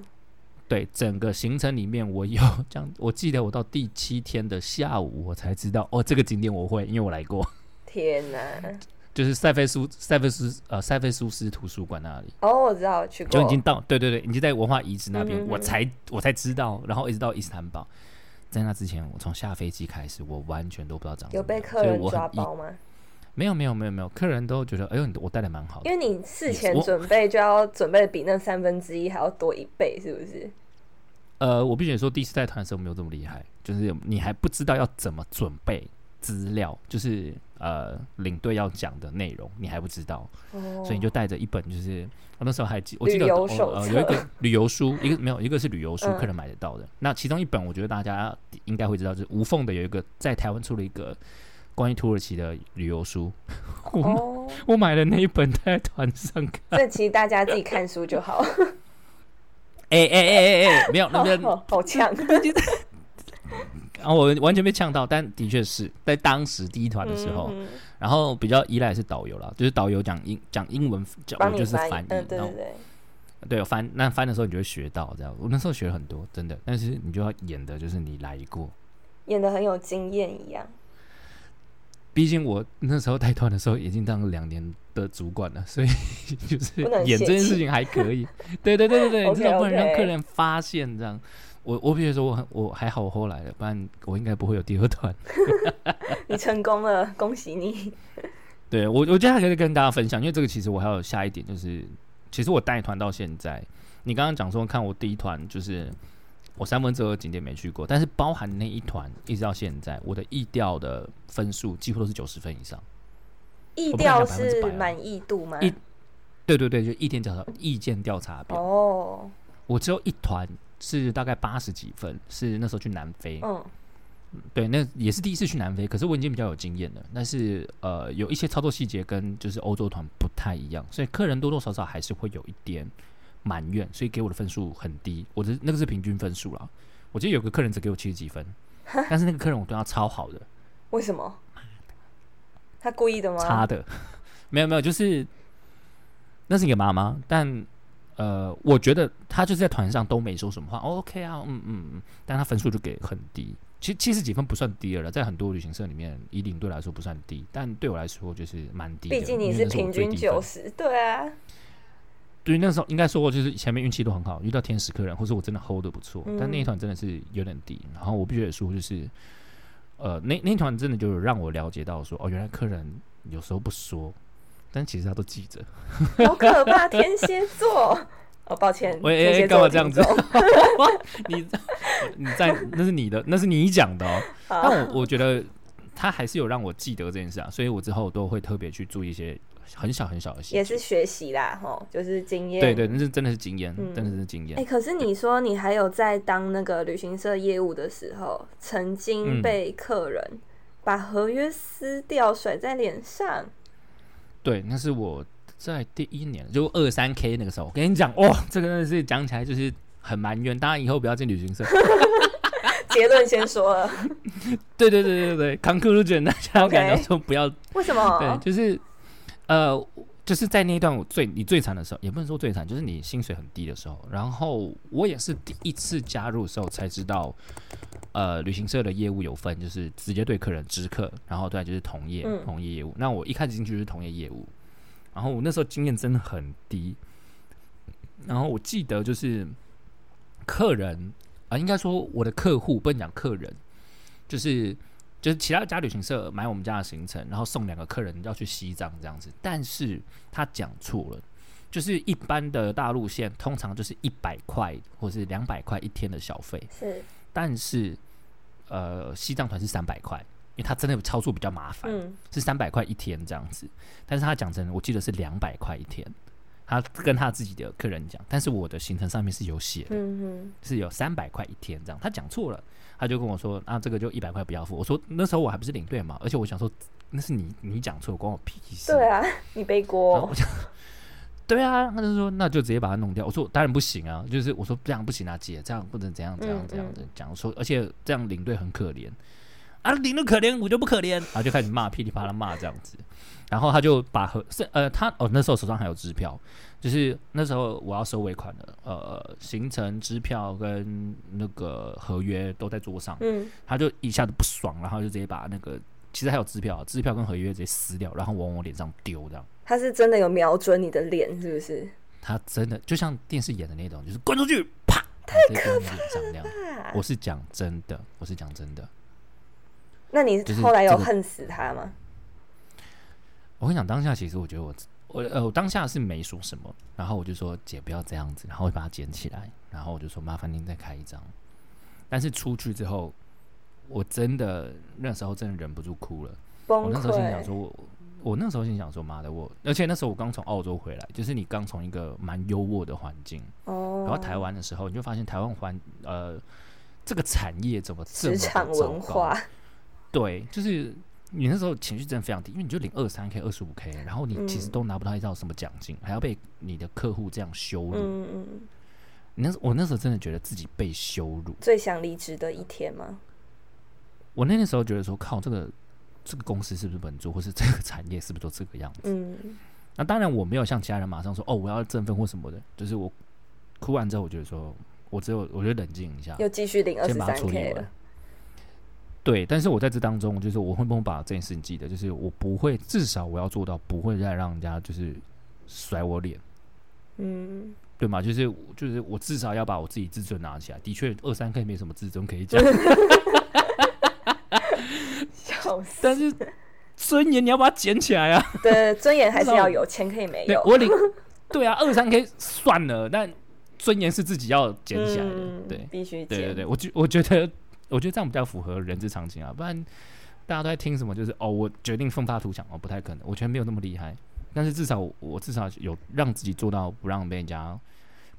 [SPEAKER 1] 对，整个行程里面，我有这样，我记得我到第七天的下午，我才知道哦，这个景点我会，因为我来过，
[SPEAKER 2] 天哪！
[SPEAKER 1] 就是塞菲苏塞菲苏呃塞菲苏斯图书馆那里，
[SPEAKER 2] 哦，我知道，我去过。
[SPEAKER 1] 就已经到，对对对，已经在文化遗址那边，
[SPEAKER 2] 哦嗯哼
[SPEAKER 1] 我
[SPEAKER 2] 哼
[SPEAKER 1] 才我才知道，然后一直到伊斯坦堡，在那之前，我从下飞机开始，我完全都不知道长什么
[SPEAKER 2] 有
[SPEAKER 1] 样，
[SPEAKER 2] 被客
[SPEAKER 1] 所以
[SPEAKER 2] 人
[SPEAKER 1] 我很
[SPEAKER 2] 抓
[SPEAKER 1] 意
[SPEAKER 2] 包吗？
[SPEAKER 1] 没有没有没有没有，客人都觉得，哎呦，你我带的蛮好的
[SPEAKER 2] 因，为你事前
[SPEAKER 1] 我
[SPEAKER 2] 准备就要准备比那三分之一还要多一倍，是不是？
[SPEAKER 1] 呃，我必须得说，第一次带团的时候没有这么厉害，就是你还不知道要怎么准备资料，就是呃领队要讲的内容，你还不知道，
[SPEAKER 2] 哦，
[SPEAKER 1] 所以你就带着一本，就是我那时候还记，我记
[SPEAKER 2] 旅
[SPEAKER 1] 得
[SPEAKER 2] 游
[SPEAKER 1] 哦
[SPEAKER 2] 手
[SPEAKER 1] 呃
[SPEAKER 2] 册
[SPEAKER 1] 有一个旅游书，一个没有一个是旅游书，
[SPEAKER 2] 嗯
[SPEAKER 1] 客人买得到的。那其中一本，我觉得大家应该会知道，就是无缝的有一个在台湾出了一个关于土耳其的旅游书，我买、
[SPEAKER 2] 哦，
[SPEAKER 1] 我买了那一本在团上看。
[SPEAKER 2] 这其实大家自己看书就好。
[SPEAKER 1] 哎哎哎哎哎，没有 那
[SPEAKER 2] 好
[SPEAKER 1] 边
[SPEAKER 2] 好 好呛，
[SPEAKER 1] 然后我完全被呛到，但的确是在当时第一团的时候，
[SPEAKER 2] 嗯嗯
[SPEAKER 1] 然后比较依赖是导游啦，就是导游讲英讲英文，讲
[SPEAKER 2] 帮
[SPEAKER 1] 我哦
[SPEAKER 2] 你
[SPEAKER 1] 就是
[SPEAKER 2] 翻
[SPEAKER 1] 翻译，
[SPEAKER 2] 嗯，对
[SPEAKER 1] 然后
[SPEAKER 2] 对对，
[SPEAKER 1] 对我翻那翻的时候你就会学到这样，我那时候学了很多，真的，但是你就要演的就是你来过，
[SPEAKER 2] 演的很有经验一样。
[SPEAKER 1] 毕竟我那时候带团的时候已经当了两年的主管了，所以就是
[SPEAKER 2] 不能
[SPEAKER 1] 演
[SPEAKER 2] 泄
[SPEAKER 1] 这件事
[SPEAKER 2] 气
[SPEAKER 1] 情还可以。对对对对 对，你至少不能让
[SPEAKER 2] OK，OK
[SPEAKER 1] 客人发现这样。我我必须说我很我还好我后来了，不然我应该不会有第二团。
[SPEAKER 2] 你成功了，恭喜你！
[SPEAKER 1] 对我，我觉得还可以跟大家分享，因为这个其实我还有下一点，就是其实我带团到现在，你刚刚讲说看我第一团就是我三分之二景点没去过，但是包含那一团一直到现在，我的意调的分数几乎都是九十分以上。
[SPEAKER 2] 意
[SPEAKER 1] 我不敢
[SPEAKER 2] 调
[SPEAKER 1] 讲100%
[SPEAKER 2] 是
[SPEAKER 1] 啊
[SPEAKER 2] 满意度吗？
[SPEAKER 1] 一对对对，就意见调查意见调查表，
[SPEAKER 2] 哦，
[SPEAKER 1] 我只有一团是大概八十几分，是那时候去南非，
[SPEAKER 2] 嗯，
[SPEAKER 1] 对，那也是第一次去南非，可是我已经比较有经验了。但是呃，有一些操作细节跟就是欧洲团不太一样，所以客人多多少少还是会有一点埋怨，所以给我的分数很低。我的那个是平均分数啦，我记得有个客人只给我七十几分， 但是那个客人我对他超好的，
[SPEAKER 2] 为什么？他故意的吗？
[SPEAKER 1] 差的， 没有没有，就是那是一个妈妈，但呃，我觉得她就是在团上都没说什么话、哦、，OK 啊，嗯嗯嗯，但她分数就给很低，其实七十几分不算低了啦，在很多旅行社里面，以领队来说不算低，但对我来说就是蛮低的，
[SPEAKER 2] 毕竟你
[SPEAKER 1] 因
[SPEAKER 2] 是
[SPEAKER 1] 为那我
[SPEAKER 2] 平
[SPEAKER 1] 最
[SPEAKER 2] 均
[SPEAKER 1] 低
[SPEAKER 2] 九
[SPEAKER 1] 分。
[SPEAKER 2] 十，对啊，
[SPEAKER 1] 对，那时候应该说过，就是前面运气都很好，遇到天使客人，或是我真的 hold 的不错，但那一
[SPEAKER 2] 嗯
[SPEAKER 1] 团真的是有点低。然后我必须得说，就是呃，那那一团真的就是让我了解到说，哦，原来客人有时候不说，但其实他都记着。
[SPEAKER 2] 好可怕！天蝎座，哦，抱歉，
[SPEAKER 1] 喂
[SPEAKER 2] 天
[SPEAKER 1] 哎
[SPEAKER 2] 蝎
[SPEAKER 1] 哎干
[SPEAKER 2] 座
[SPEAKER 1] 嘛
[SPEAKER 2] 听
[SPEAKER 1] 这样子
[SPEAKER 2] 众
[SPEAKER 1] 你你在那是你的，那是你讲的哦。
[SPEAKER 2] 好
[SPEAKER 1] 但我我觉得他还是有让我记得这件事啊，所以我之后都会特别去注意一些很小很小的细
[SPEAKER 2] 也
[SPEAKER 1] 节。
[SPEAKER 2] 是学习啦，吼，就是经验。
[SPEAKER 1] 对对，那是真的是经验，
[SPEAKER 2] 嗯
[SPEAKER 1] 真的是经验。
[SPEAKER 2] 哎、可是你说你还有在当那个旅行社业务的时候，曾经
[SPEAKER 1] 嗯
[SPEAKER 2] 被客人把合约撕掉甩在脸上，
[SPEAKER 1] 对，那是我在第一年，就二三 K 那个时候，我跟你讲，哇、这个真的是讲起来就是很埋怨，大家以后不要进旅行社。
[SPEAKER 2] 结论先说了，
[SPEAKER 1] 对对对对对，conclusion 大家要
[SPEAKER 2] OK 哦
[SPEAKER 1] 感到说不要
[SPEAKER 2] 为什 么？
[SPEAKER 1] 对，就是呃，就是在那一段我最你最惨的时候，也不能说最惨，就是你薪水很低的时候。然后我也是第一次加入的时候才知道，呃，旅行社的业务有分，就是直接对客人直客，然后对就是同业、
[SPEAKER 2] 嗯
[SPEAKER 1] 同业业务。那我一开始进去就是同业业务，然后我那时候经验真的很低。然后我记得就是客人啊、应该说我的客户不能讲客人，就是就是其他家旅行社买我们家的行程，然后送两个客人要去西藏这样子，但是他讲错了，就是一般的大路线通常就是一百块或是两百块一天的小费，
[SPEAKER 2] 是，
[SPEAKER 1] 但是呃西藏团是三百块，因为他真的操作比较麻烦，
[SPEAKER 2] 嗯，
[SPEAKER 1] 是三百块一天这样子，但是他讲成我记得是两百块一天，他跟他自己的客人讲，但是我的行程上面是有写的，
[SPEAKER 2] 嗯
[SPEAKER 1] 是有三百块一天这样，他讲错了，他就跟我说啊这个就一百块不要付，我说那时候我还不是领队嘛，而且我想说那是你你讲错关我屁事，
[SPEAKER 2] 哼，对啊，你背
[SPEAKER 1] 然后
[SPEAKER 2] 锅
[SPEAKER 1] 我，就 对啊，他就说那就直接把它弄掉。我说当然不行啊，就是我说这样不行啊，姐，这样不能怎样怎样
[SPEAKER 2] 嗯
[SPEAKER 1] 怎样的讲。说而且这样领队很可怜啊，领队可怜我就不可怜，然后就开始骂噼里啪啦骂这样子。然后他就把和是呃他哦那时候手上还有支票，就是那时候我要收尾款的，呃行程支票跟那个合约都在桌上，
[SPEAKER 2] 嗯，
[SPEAKER 1] 他就一下子不爽，然后就直接把那个其实还有支票，啊支票跟合约直接撕掉，然后往我脸上丢这样。
[SPEAKER 2] 他是真的有瞄准你的脸，是不是？
[SPEAKER 1] 他真的就像电视演的那种，就是滚出去，啪，太可怕了样。
[SPEAKER 2] 啊，
[SPEAKER 1] 我是讲真的，我是讲真的。
[SPEAKER 2] 那你
[SPEAKER 1] 就是
[SPEAKER 2] 后来有
[SPEAKER 1] 这个
[SPEAKER 2] 恨死他吗？
[SPEAKER 1] 我跟你讲，当下其实我觉得我我呃，我当下是没说什么，然后我就说姐不要这样子，然后我把它捡起来，然后我就说麻烦您再开一张。但是出去之后，我真的那时候真的忍不住哭了。我
[SPEAKER 2] 崩
[SPEAKER 1] 那时候心想
[SPEAKER 2] 溃，
[SPEAKER 1] 说我。我那时候心想说，妈的我，而且那时候我刚从澳洲回来，就是你刚从一个蛮优渥的环境，
[SPEAKER 2] 哦，
[SPEAKER 1] 然后台湾的时候，你就发现台湾环呃这个产业怎么这么
[SPEAKER 2] 职
[SPEAKER 1] 的
[SPEAKER 2] 场
[SPEAKER 1] 糟
[SPEAKER 2] 文
[SPEAKER 1] 糕
[SPEAKER 2] 化，
[SPEAKER 1] 对，就是你那时候情绪真的非常低，因为你就领二三 k、二十五 k，然后你其实
[SPEAKER 2] 嗯
[SPEAKER 1] 都拿不到一到什么奖金，还要被你的客户这样羞辱。
[SPEAKER 2] 嗯嗯，嗯
[SPEAKER 1] 你那时我那时候真的觉得自己被羞辱，
[SPEAKER 2] 最想离职的一天吗？
[SPEAKER 1] 我那个时候觉得说靠这个。这个公司是不是不能做，或是这个产业是不是都这个样子？
[SPEAKER 2] 嗯，
[SPEAKER 1] 那当然，我没有像其他人马上说哦，我要振奋或什么的。就是我哭完之后，我觉得说，我只有我就冷静一下，
[SPEAKER 2] 又继续领二
[SPEAKER 1] 先
[SPEAKER 2] 十
[SPEAKER 1] 把它
[SPEAKER 2] 三
[SPEAKER 1] 处理
[SPEAKER 2] k
[SPEAKER 1] 完
[SPEAKER 2] 了，。
[SPEAKER 1] 对，但是我在这当中，就是我会不会把这件事情记得，就是我不会，至少我要做到不会再让人家就是甩我脸，
[SPEAKER 2] 嗯，
[SPEAKER 1] 对吗？就是就是我至少要把我自己自尊拿起来。的确，二三 K 没什么自尊可 以讲，
[SPEAKER 2] 笑死，
[SPEAKER 1] 但是尊严你要把它捡起来啊！
[SPEAKER 2] 对，尊严还是
[SPEAKER 1] 让
[SPEAKER 2] 要
[SPEAKER 1] 我
[SPEAKER 2] 有，钱可以没
[SPEAKER 1] 对
[SPEAKER 2] 有，
[SPEAKER 1] 我领，对啊，二三 K 算了，但尊严是自己要捡起来的，
[SPEAKER 2] 嗯
[SPEAKER 1] 对。
[SPEAKER 2] 必须
[SPEAKER 1] 对对
[SPEAKER 2] 减
[SPEAKER 1] 对，我觉我觉得我觉得这样比较符合人之常情啊，不然大家都在听什么就是哦，我决定奋发图强哦，不太可能，我觉得没有那么厉害，但是至少我我至少有让自己做到不让被人家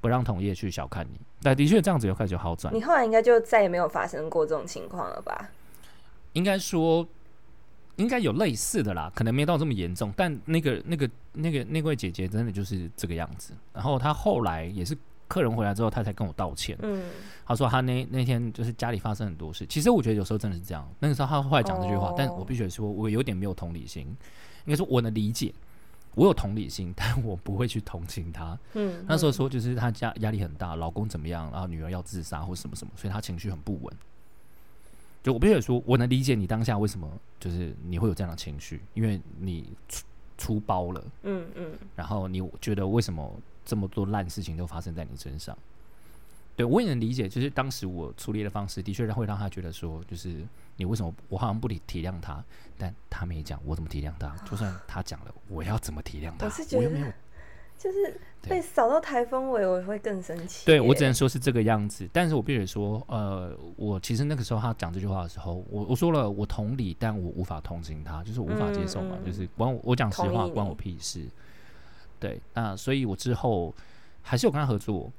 [SPEAKER 1] 不让同业去小看你，但的确这样子有开始有好转
[SPEAKER 2] 你，后来应该就再也没有发生过这种情况了吧？
[SPEAKER 1] 应该说。应该有类似的啦，可能没到这么严重，但那个、那个、那个、那位姐姐真的就是这个样子。然后她后来也是客人回来之后，她才跟我道歉。
[SPEAKER 2] 嗯，
[SPEAKER 1] 他说他那那天就是家里发生很多事，其实我觉得有时候真的是这样。那个时候他后来讲这句话，
[SPEAKER 2] 哦
[SPEAKER 1] 但我必须得说，我有点没有同理心。应该说我能理解，我有同理心， 但我不会去同情他。
[SPEAKER 2] 嗯，
[SPEAKER 1] 那时候
[SPEAKER 2] 嗯
[SPEAKER 1] 说就是他家压力很大，老公怎么样，然后女儿要自杀或什么什么，所以他情绪很不稳。就我必须得说，我能理解你当下为什么就是你会有这样的情绪，因为你出出包了，
[SPEAKER 2] 嗯嗯，
[SPEAKER 1] 然后你觉得为什么这么多烂事情都发生在你身上？对我也能理解，就是当时我处理的方式的确会让他觉得说，就是你为什么我好像不体体谅他，但他没讲，我怎么体谅他？就算他讲了，我要怎么体谅他？
[SPEAKER 2] 我
[SPEAKER 1] 我
[SPEAKER 2] 是觉
[SPEAKER 1] 又
[SPEAKER 2] 得
[SPEAKER 1] 没有，
[SPEAKER 2] 就是
[SPEAKER 1] 对
[SPEAKER 2] 被扫到台风尾，我会更生气耶。
[SPEAKER 1] 对我只能说是这个样子。但是我必须说，呃，我其实那个时候他讲这句话的时候，我我说了我同理，但我无法同情他，就是无法接受嘛，
[SPEAKER 2] 嗯嗯
[SPEAKER 1] 就是关我我讲实
[SPEAKER 2] 同
[SPEAKER 1] 话
[SPEAKER 2] 意你
[SPEAKER 1] 关我屁事。对，那所以我之后还是有跟他合作，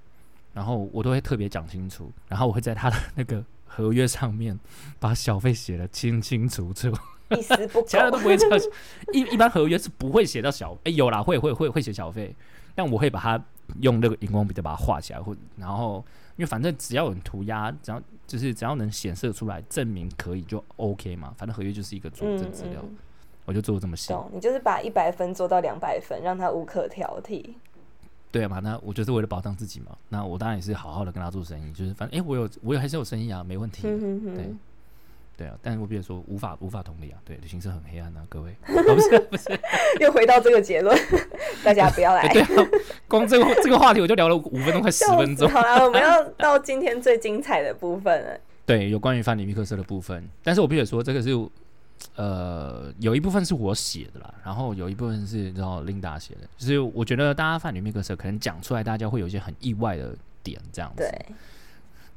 [SPEAKER 1] 然后我都会特别讲清楚，然后我会在他的那个合约上面把小费写的清清楚楚，
[SPEAKER 2] 一丝不苟
[SPEAKER 1] 其他人都不会这样写。一一般合约是不会写到小，哎、有啦，会会会会写小费，但我会把它用那个荧光笔再把它画起来，或然后因为反正只要有人涂鸦，只要就是只要能显示出来，证明可以就 OK 嘛。反正合约就是一个佐证资料，
[SPEAKER 2] 嗯
[SPEAKER 1] 我就做这么细。
[SPEAKER 2] 懂，你就是把一百分做到两百分，让他无可挑剔。
[SPEAKER 1] 对嘛？那我就是为了保障自己嘛。那我当然也是好好的跟他做生意，就是反正哎、我有我有还是有生意啊，没问题的。
[SPEAKER 2] 嗯哼
[SPEAKER 1] 对
[SPEAKER 2] 哼，
[SPEAKER 1] 对啊，但是我比如说无法无法同理啊，对，旅行社很黑暗啊，各位， 啊、不是不是，
[SPEAKER 2] 又回到这个结论，大家不要来
[SPEAKER 1] 哎 对啊，光这个这个话题我就聊了五分钟，快十
[SPEAKER 2] 笑
[SPEAKER 1] 分
[SPEAKER 2] 死
[SPEAKER 1] 钟。
[SPEAKER 2] 好啦，我们要到今天最精彩的部分了。
[SPEAKER 1] 对，有关于范里密克斯的部分，但是我必须得说，这个是呃有一部分是我写的啦，然后有一部分是然后琳达写的，就是我觉得大家范里密克斯可能讲出来，大家会有一些很意外的点这样子。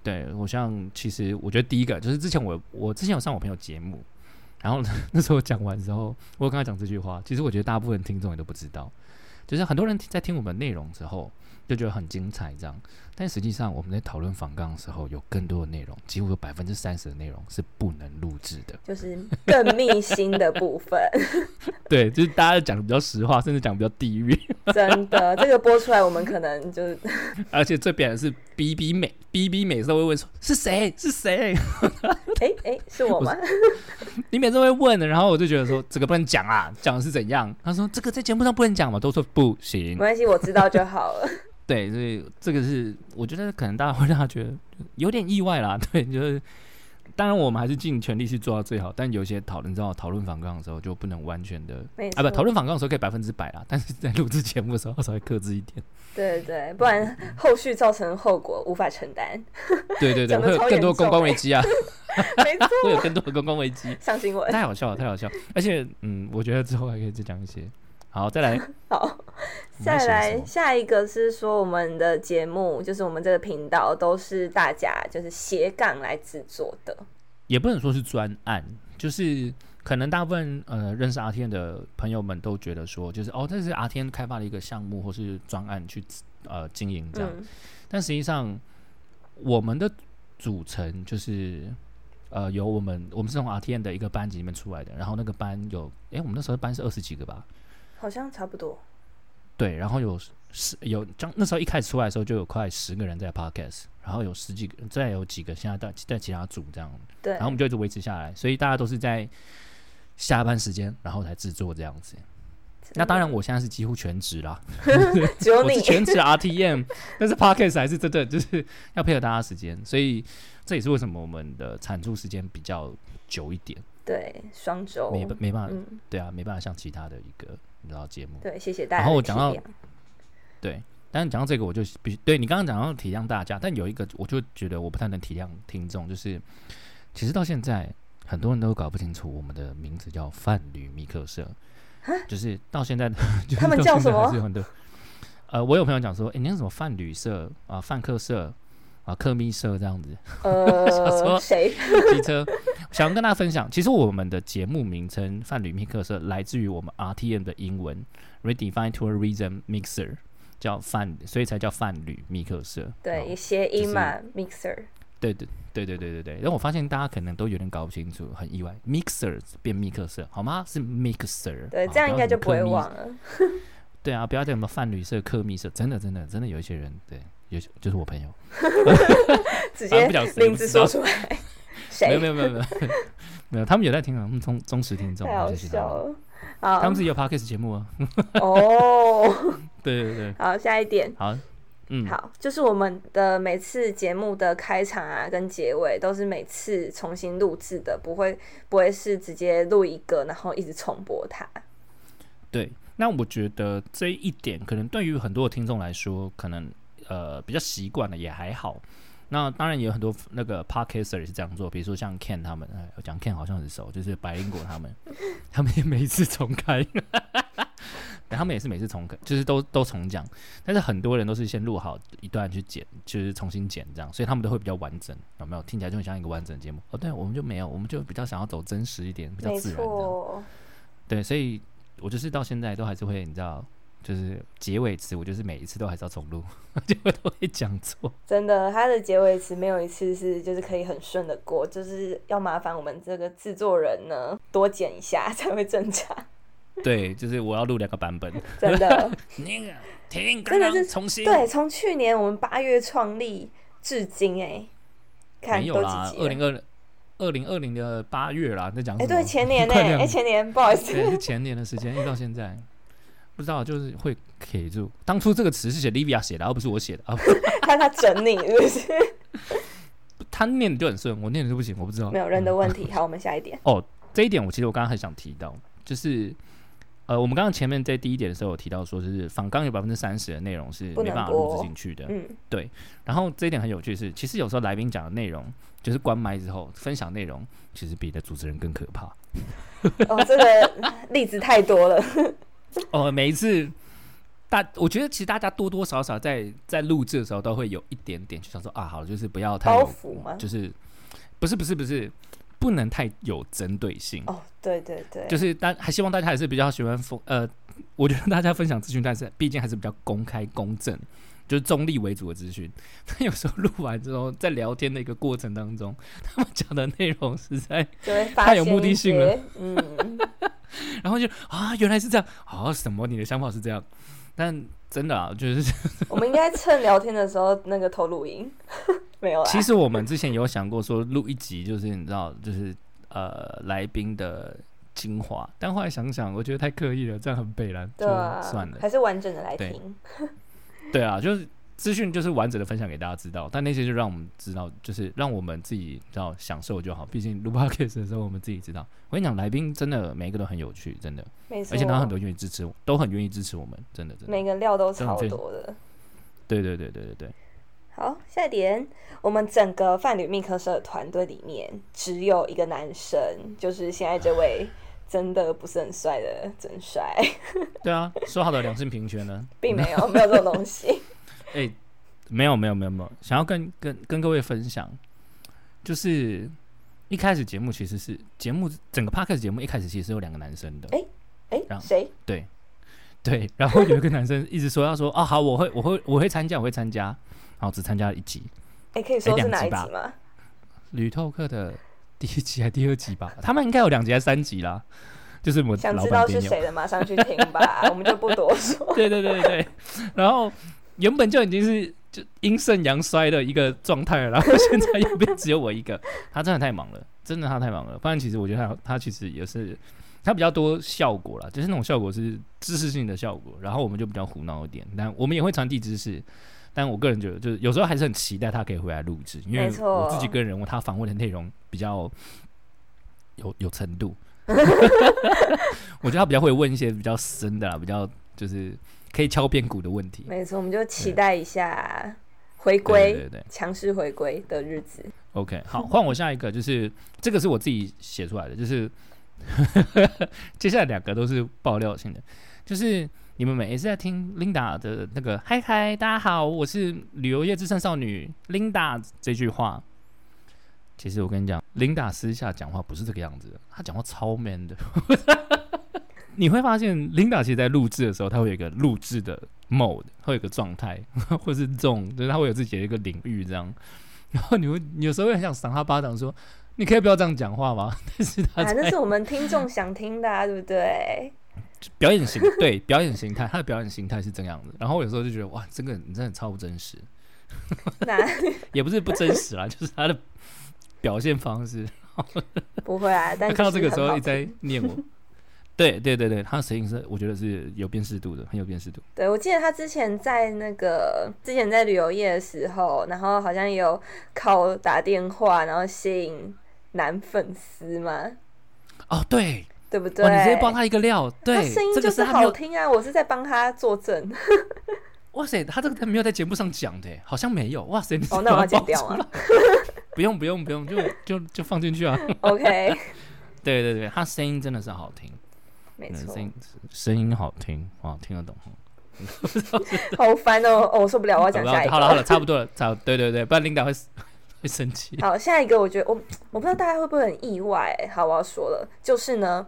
[SPEAKER 2] 对，
[SPEAKER 1] 对我像其实我觉得第一个就是之前我我之前有上我朋友节目，然后呢 那时候讲完之后，我有跟他讲这句话，其实我觉得大部分听众也都不知道，就是很多人在听我们内容之后就觉得很精彩这样，但实际上我们在讨论反纲的时候，有更多的内容，几乎有百分之三十的内容是不能录制的。
[SPEAKER 2] 就是更密心的部分，
[SPEAKER 1] 对，就是大家讲的比较实话，甚至讲比较地域，
[SPEAKER 2] 真的，这个播出来我们可能就是
[SPEAKER 1] 而且最扁的是 B B 美 B B 每次都会问说是谁是谁，
[SPEAKER 2] 哎哎，是我吗？
[SPEAKER 1] 你每次会问的，然后我就觉得说这个不能讲啊，讲的是怎样？他说这个在节目上不能讲嘛，都说不行
[SPEAKER 2] 没。关系，我知道就好了。
[SPEAKER 1] 对，所以这个是我觉得可能大家会让他觉得有点意外啦。 对，就是当然我们还是尽全力去做到最好，但有些讨论，你知道讨论反纲的时候就不能完全的
[SPEAKER 2] 没
[SPEAKER 1] 啊，不
[SPEAKER 2] 错
[SPEAKER 1] 讨论反纲的时候可以百分之百啦，但是在录制节目的时候稍微克制一 点。
[SPEAKER 2] 对对，不然后续造成后果无法承担。
[SPEAKER 1] 对对对，
[SPEAKER 2] 讲得
[SPEAKER 1] 会有
[SPEAKER 2] 超
[SPEAKER 1] 更
[SPEAKER 2] 严
[SPEAKER 1] 多
[SPEAKER 2] 重
[SPEAKER 1] 公关
[SPEAKER 2] 欸
[SPEAKER 1] 危机 啊，
[SPEAKER 2] 没错，
[SPEAKER 1] 会有更多的公关危机。
[SPEAKER 2] 上新闻。
[SPEAKER 1] 太好笑了，太好笑了！而且，嗯，我觉得之后还可以再讲一些。好，再来，
[SPEAKER 2] 好，
[SPEAKER 1] 我们还
[SPEAKER 2] 再
[SPEAKER 1] 写了什
[SPEAKER 2] 来
[SPEAKER 1] 么
[SPEAKER 2] 下一个是说我们的节目，就是我们这个频道都是大家就是斜杠来制作的。
[SPEAKER 1] 也不能说是专案，就是可能大部分呃认识阿天的朋友们都觉得说，就是哦，这是阿天开发的一个项目或是专案去呃经营这样。
[SPEAKER 2] 嗯，
[SPEAKER 1] 但实际上，我们的组成就是呃有我们我们是从 RTN 的一个班级里面出来的，然后那个班有诶，我们那时候班是二十几个吧，
[SPEAKER 2] 好像差不多。
[SPEAKER 1] 对，然后有十有将那时候一开始出来的时候就有快十个人在 Podcast，然后有十几个再有几个现在在在其他组这样，
[SPEAKER 2] 对，
[SPEAKER 1] 然后我们就一直维持下来，所以大家都是在下班时间然后才制作这样子。那当然，我现在是几乎全职啦，
[SPEAKER 2] 只有
[SPEAKER 1] 我
[SPEAKER 2] 你
[SPEAKER 1] 是全职 RTM，但是 Podcast 还是真的就是要配合大家时间，所以这也是为什么我们的产出时间比较久一点，
[SPEAKER 2] 对双周。
[SPEAKER 1] 没没办法，
[SPEAKER 2] 嗯，
[SPEAKER 1] 对啊，没办法像其他的一个你知道节目。
[SPEAKER 2] 对，谢谢大家
[SPEAKER 1] 然后
[SPEAKER 2] 的
[SPEAKER 1] 我
[SPEAKER 2] 体
[SPEAKER 1] 讲到
[SPEAKER 2] 谅。
[SPEAKER 1] 对，但是讲到这个，我就必须对你刚刚讲到体谅大家，但有一个我就觉得我不太能体谅听众，就是其实到现在很多人都搞不清楚我们的名字叫泛旅密克社，就是到现在就是
[SPEAKER 2] 他们
[SPEAKER 1] 到
[SPEAKER 2] 叫
[SPEAKER 1] 现在
[SPEAKER 2] 什么
[SPEAKER 1] 还是有很多。呃，我有朋友讲说，哎、你那什么泛旅社啊、泛客社啊、客密社这样子，想
[SPEAKER 2] 呃，
[SPEAKER 1] 说
[SPEAKER 2] 谁？
[SPEAKER 1] 机车， 想跟大家分享，其实我们的节目名称“泛旅密克社”来自于我们 RTM 的英文 “Redefine Tourism Mixer”，叫泛，所以才叫泛旅密克社。
[SPEAKER 2] 对，
[SPEAKER 1] 哦，
[SPEAKER 2] 谐音嘛，mixer。
[SPEAKER 1] 对对对对对对对。然后我发现大家可能都有点搞不清楚，很意外，mixer 变密克社，好吗？是 mixer。
[SPEAKER 2] 对，
[SPEAKER 1] 哦
[SPEAKER 2] 这样应该就不会。
[SPEAKER 1] 要什么科
[SPEAKER 2] 忘
[SPEAKER 1] 密
[SPEAKER 2] 了。
[SPEAKER 1] 对啊，不要讲什么泛旅社、客密社，真的真的真的有一些人，对，有些就是我朋友，
[SPEAKER 2] 直
[SPEAKER 1] 啊
[SPEAKER 2] 接
[SPEAKER 1] 不讲谁
[SPEAKER 2] 名字说出来，
[SPEAKER 1] 没有
[SPEAKER 2] 谁
[SPEAKER 1] 没？有没有 没有没有，他们有在听啊，他们忠忠实听众，
[SPEAKER 2] 太好
[SPEAKER 1] 谢谢他们。
[SPEAKER 2] 笑了。
[SPEAKER 1] 他
[SPEAKER 2] 好
[SPEAKER 1] 们自己有 podcast 节目啊，
[SPEAKER 2] 哦，
[SPEAKER 1] 对对对，
[SPEAKER 2] 好，下一点。
[SPEAKER 1] 好，嗯，
[SPEAKER 2] 好，就是我们的每次节目的开场啊，跟结尾都是每次重新录制的，不会不会是直接录一个，然后一直重播它。
[SPEAKER 1] 对。那我觉得这一点可能对于很多的听众来说，可能呃比较习惯了，也还好。那当然也有很多那个 podcaster 也是这样做，比如说像 Ken 他们，呃，我讲 Ken 好像很熟，就是白灵果他 们，他们也每一次重开，他们也是每次重开，就是都都重讲。但是很多人都是先录好一段去剪，就是重新剪这样，所以他们都会比较完整，有没有？听起来就很像一个完整的节目。哦，对，我们就没有，我们就比较想要走真实一点，比较
[SPEAKER 2] 没
[SPEAKER 1] 自然这样。
[SPEAKER 2] 错，
[SPEAKER 1] 对，所以我就是到现在都还是会，你知道，就是结尾词，我就是每一次都还是要重录， 就会都会讲错。
[SPEAKER 2] 真的，它的结尾词没有一次是就是可以很顺的过，就是要麻烦我们这个制作人呢多剪一下才会正常，
[SPEAKER 1] 对，就是我要录两个版本，
[SPEAKER 2] 真的。
[SPEAKER 1] 那个停，
[SPEAKER 2] 真的
[SPEAKER 1] 刚刚
[SPEAKER 2] 是
[SPEAKER 1] 重新
[SPEAKER 2] 对，从去年我们八月创立至今、哎，看
[SPEAKER 1] 没有
[SPEAKER 2] 都
[SPEAKER 1] 啦
[SPEAKER 2] 几，
[SPEAKER 1] 二
[SPEAKER 2] 集了？
[SPEAKER 1] 零二二零二零的八月啦，你在讲什
[SPEAKER 2] 哎、
[SPEAKER 1] 么？
[SPEAKER 2] 对，前年 呢、
[SPEAKER 1] 快点
[SPEAKER 2] 哎、前年不好意思，
[SPEAKER 1] 对，是前年的时间，一直到现在，不知道就是会 K 住。当初这个词是写 Livia 写的，而不 是我写的啊。
[SPEAKER 2] 看他整你是不是？
[SPEAKER 1] 他念的就很顺，我念的就不行，我不知道。
[SPEAKER 2] 没有人的
[SPEAKER 1] 嗯
[SPEAKER 2] 问题。好，我们下一点。
[SPEAKER 1] 哦，这一点我其实我刚刚很想提到，就是呃，我们刚刚前面在第一点的时候有提到说，就是仿纲有百分之三十的内容是
[SPEAKER 2] 不
[SPEAKER 1] 没
[SPEAKER 2] 能
[SPEAKER 1] 办法
[SPEAKER 2] 播
[SPEAKER 1] 录制进去的。
[SPEAKER 2] 嗯，
[SPEAKER 1] 然后这一点很有趣是，其实有时候来宾讲的内容，就是关麦之后分享内容，其实比的主持人更可怕。
[SPEAKER 2] 哦，这个例子太多了。
[SPEAKER 1] 哦，每一次大，我觉得其实大家多多少少在在录制的时候都会有一点点就想说啊，好，就是不要太
[SPEAKER 2] 包
[SPEAKER 1] 有
[SPEAKER 2] 袱吗
[SPEAKER 1] 就是不是不是不是，不能太有针对性。
[SPEAKER 2] 哦，对对对，
[SPEAKER 1] 就是大还希望大家还是比较喜欢分呃，我觉得大家分享资讯，但是毕竟还是比较公开公正，就是中立为主的资讯。 但有时候录完之后，在聊天的一个过程当中，他们讲的内容实在，
[SPEAKER 2] 就会发
[SPEAKER 1] 太
[SPEAKER 2] 现
[SPEAKER 1] 有目的
[SPEAKER 2] 一
[SPEAKER 1] 性了
[SPEAKER 2] 些。嗯，
[SPEAKER 1] 然后就啊，原来是这样啊，什么你的想法是这样，但真的啊，就是
[SPEAKER 2] 我们应该趁聊天的时候那个偷录音， 没有啦。
[SPEAKER 1] 其实我们之前有想过说录一集，就是你知道，就是呃来宾的精华，但后来想想，我觉得太刻意了，这样很北蓝，就
[SPEAKER 2] 对啊，
[SPEAKER 1] 算了。
[SPEAKER 2] 还是完整的来
[SPEAKER 1] 对
[SPEAKER 2] 听。
[SPEAKER 1] 对啊，就是资讯就是完整的分享给大家知道，但那些就让我们知道，就是让我们自己知道享受就好。毕竟录 podcast 的时候，我们自己知道。我跟你讲，来宾真的每一个都很有趣，真的，
[SPEAKER 2] 没错，
[SPEAKER 1] 而且他们很多愿意支持我，都很愿意支持我们，真的真的。
[SPEAKER 2] 每个料都
[SPEAKER 1] 真的
[SPEAKER 2] 超
[SPEAKER 1] 非
[SPEAKER 2] 多的。
[SPEAKER 1] 对对对对对对，
[SPEAKER 2] 好，下一点，我们整个泛旅密科社的团队里面只有一个男生，就是现在这位真的不是很帅的真帅，
[SPEAKER 1] 对啊，说好的两性平权呢？
[SPEAKER 2] 并没有没有这种 东西。
[SPEAKER 1] 哎、没有没有没有没有，想要跟跟跟各位分享，就是一开始节目其实是节目整个 podcast 节目一开始其实是有两个男生的，
[SPEAKER 2] 哎哎、
[SPEAKER 1] 让
[SPEAKER 2] 谁？
[SPEAKER 1] 对，然后有一个男生一直说要说啊好，我会我会我会参加我会参加，然后只参加了一集
[SPEAKER 2] 哎、可以说
[SPEAKER 1] 哎
[SPEAKER 2] 是
[SPEAKER 1] 两
[SPEAKER 2] 哪
[SPEAKER 1] 集
[SPEAKER 2] 一
[SPEAKER 1] 吧
[SPEAKER 2] 集吗？
[SPEAKER 1] 吕透课的第一集还第二集吧，他们应该有两集还三集啦，就是我
[SPEAKER 2] 想
[SPEAKER 1] 老
[SPEAKER 2] 知
[SPEAKER 1] 板
[SPEAKER 2] 道
[SPEAKER 1] 别
[SPEAKER 2] 是
[SPEAKER 1] 扭，
[SPEAKER 2] 谁的，马上去听 吧，我们就不多说。
[SPEAKER 1] 对对对对，然后原本就已经是就阴盛阳衰的一个状态了，然后现在又变只有我一个， 他真的太忙了，真的他太忙了。不然其实我觉得他他其实也是他比较多效果啦，就是那种效果是知识性的效果，然后我们就比较胡闹一点，但我们也会传递知识。但我个人觉得，就是有时候还是很期待他可以回来录制，因为
[SPEAKER 2] 没错
[SPEAKER 1] 我自己个人认为他访问的内容比较有有程度，我觉得他比较会问一些比较深的啦，比较就是可以敲边鼓的问题。
[SPEAKER 2] 没错，我们就期待一下回
[SPEAKER 1] 对对
[SPEAKER 2] 归
[SPEAKER 1] 对，对
[SPEAKER 2] 强势回归的日子。
[SPEAKER 1] ，OK，好，换我下一个，就是这个是我自己写出来的，就是 接下来两个都是爆料性的，就是你们每一次在听 Linda 的那个“嗨嗨，大家好，我是旅游业资深少女 Linda” 这句话，其实我跟你讲，Linda 私下讲话不是这个样子的，她讲话超 man 的。 你会发现，Linda 其实在录制的时候，她会有一个录制的 mode，会有一个状态， 或是这种，就是她会有自己的一个领域这样。然后你会你有时候会很想赏她巴掌说你可以不要这样讲话吗？ 但是她
[SPEAKER 2] 啊，
[SPEAKER 1] 在
[SPEAKER 2] 那是我们听众想听的、啊，对不对？
[SPEAKER 1] 表演形对表演形态，他的表演形态是这样的。然后我有时候就觉得哇，这个你真的超不真实，
[SPEAKER 2] 那
[SPEAKER 1] 也不是不真实啦， 就是他的表现方式。
[SPEAKER 2] 不会啊，但
[SPEAKER 1] 看到这
[SPEAKER 2] 就是
[SPEAKER 1] 个时
[SPEAKER 2] 很
[SPEAKER 1] 候
[SPEAKER 2] 好
[SPEAKER 1] 一直
[SPEAKER 2] 听
[SPEAKER 1] 在念我，对对对对，他的声音是我觉得是有辨识度的，很有辨识度。
[SPEAKER 2] 对，我记得他之前在那个之前在旅游业的时候，然后好像也有靠打电话，然后吸引男粉丝嘛，
[SPEAKER 1] 哦，对，
[SPEAKER 2] 对不对？
[SPEAKER 1] 哇，你直接帮他一个料，
[SPEAKER 2] 他
[SPEAKER 1] 对
[SPEAKER 2] 声音，
[SPEAKER 1] 这
[SPEAKER 2] 就
[SPEAKER 1] 个是他没
[SPEAKER 2] 好
[SPEAKER 1] 有，
[SPEAKER 2] 听啊！我是在帮他作 证。
[SPEAKER 1] 哇塞，他这个他没有在节目上讲的，好像没有，哇塞，你
[SPEAKER 2] 哦，那我要
[SPEAKER 1] 怎
[SPEAKER 2] 剪
[SPEAKER 1] 么
[SPEAKER 2] 掉
[SPEAKER 1] 爆出来
[SPEAKER 2] 啊。
[SPEAKER 1] 不用不用不用，就就就放进去啊。
[SPEAKER 2] OK，
[SPEAKER 1] 对对对，他声音真的是好听，
[SPEAKER 2] 没
[SPEAKER 1] 嗯，
[SPEAKER 2] 错
[SPEAKER 1] 声，音声音好听，哇，听得懂。
[SPEAKER 2] 好烦哦！哦，我受不了，我要讲下一个。
[SPEAKER 1] 好了好了，差不多了，差不多对对对，不然领导会 会生气。
[SPEAKER 2] 好，下一个我觉得我我不知道大家会不会很意外、欸好，我要说了，就是呢，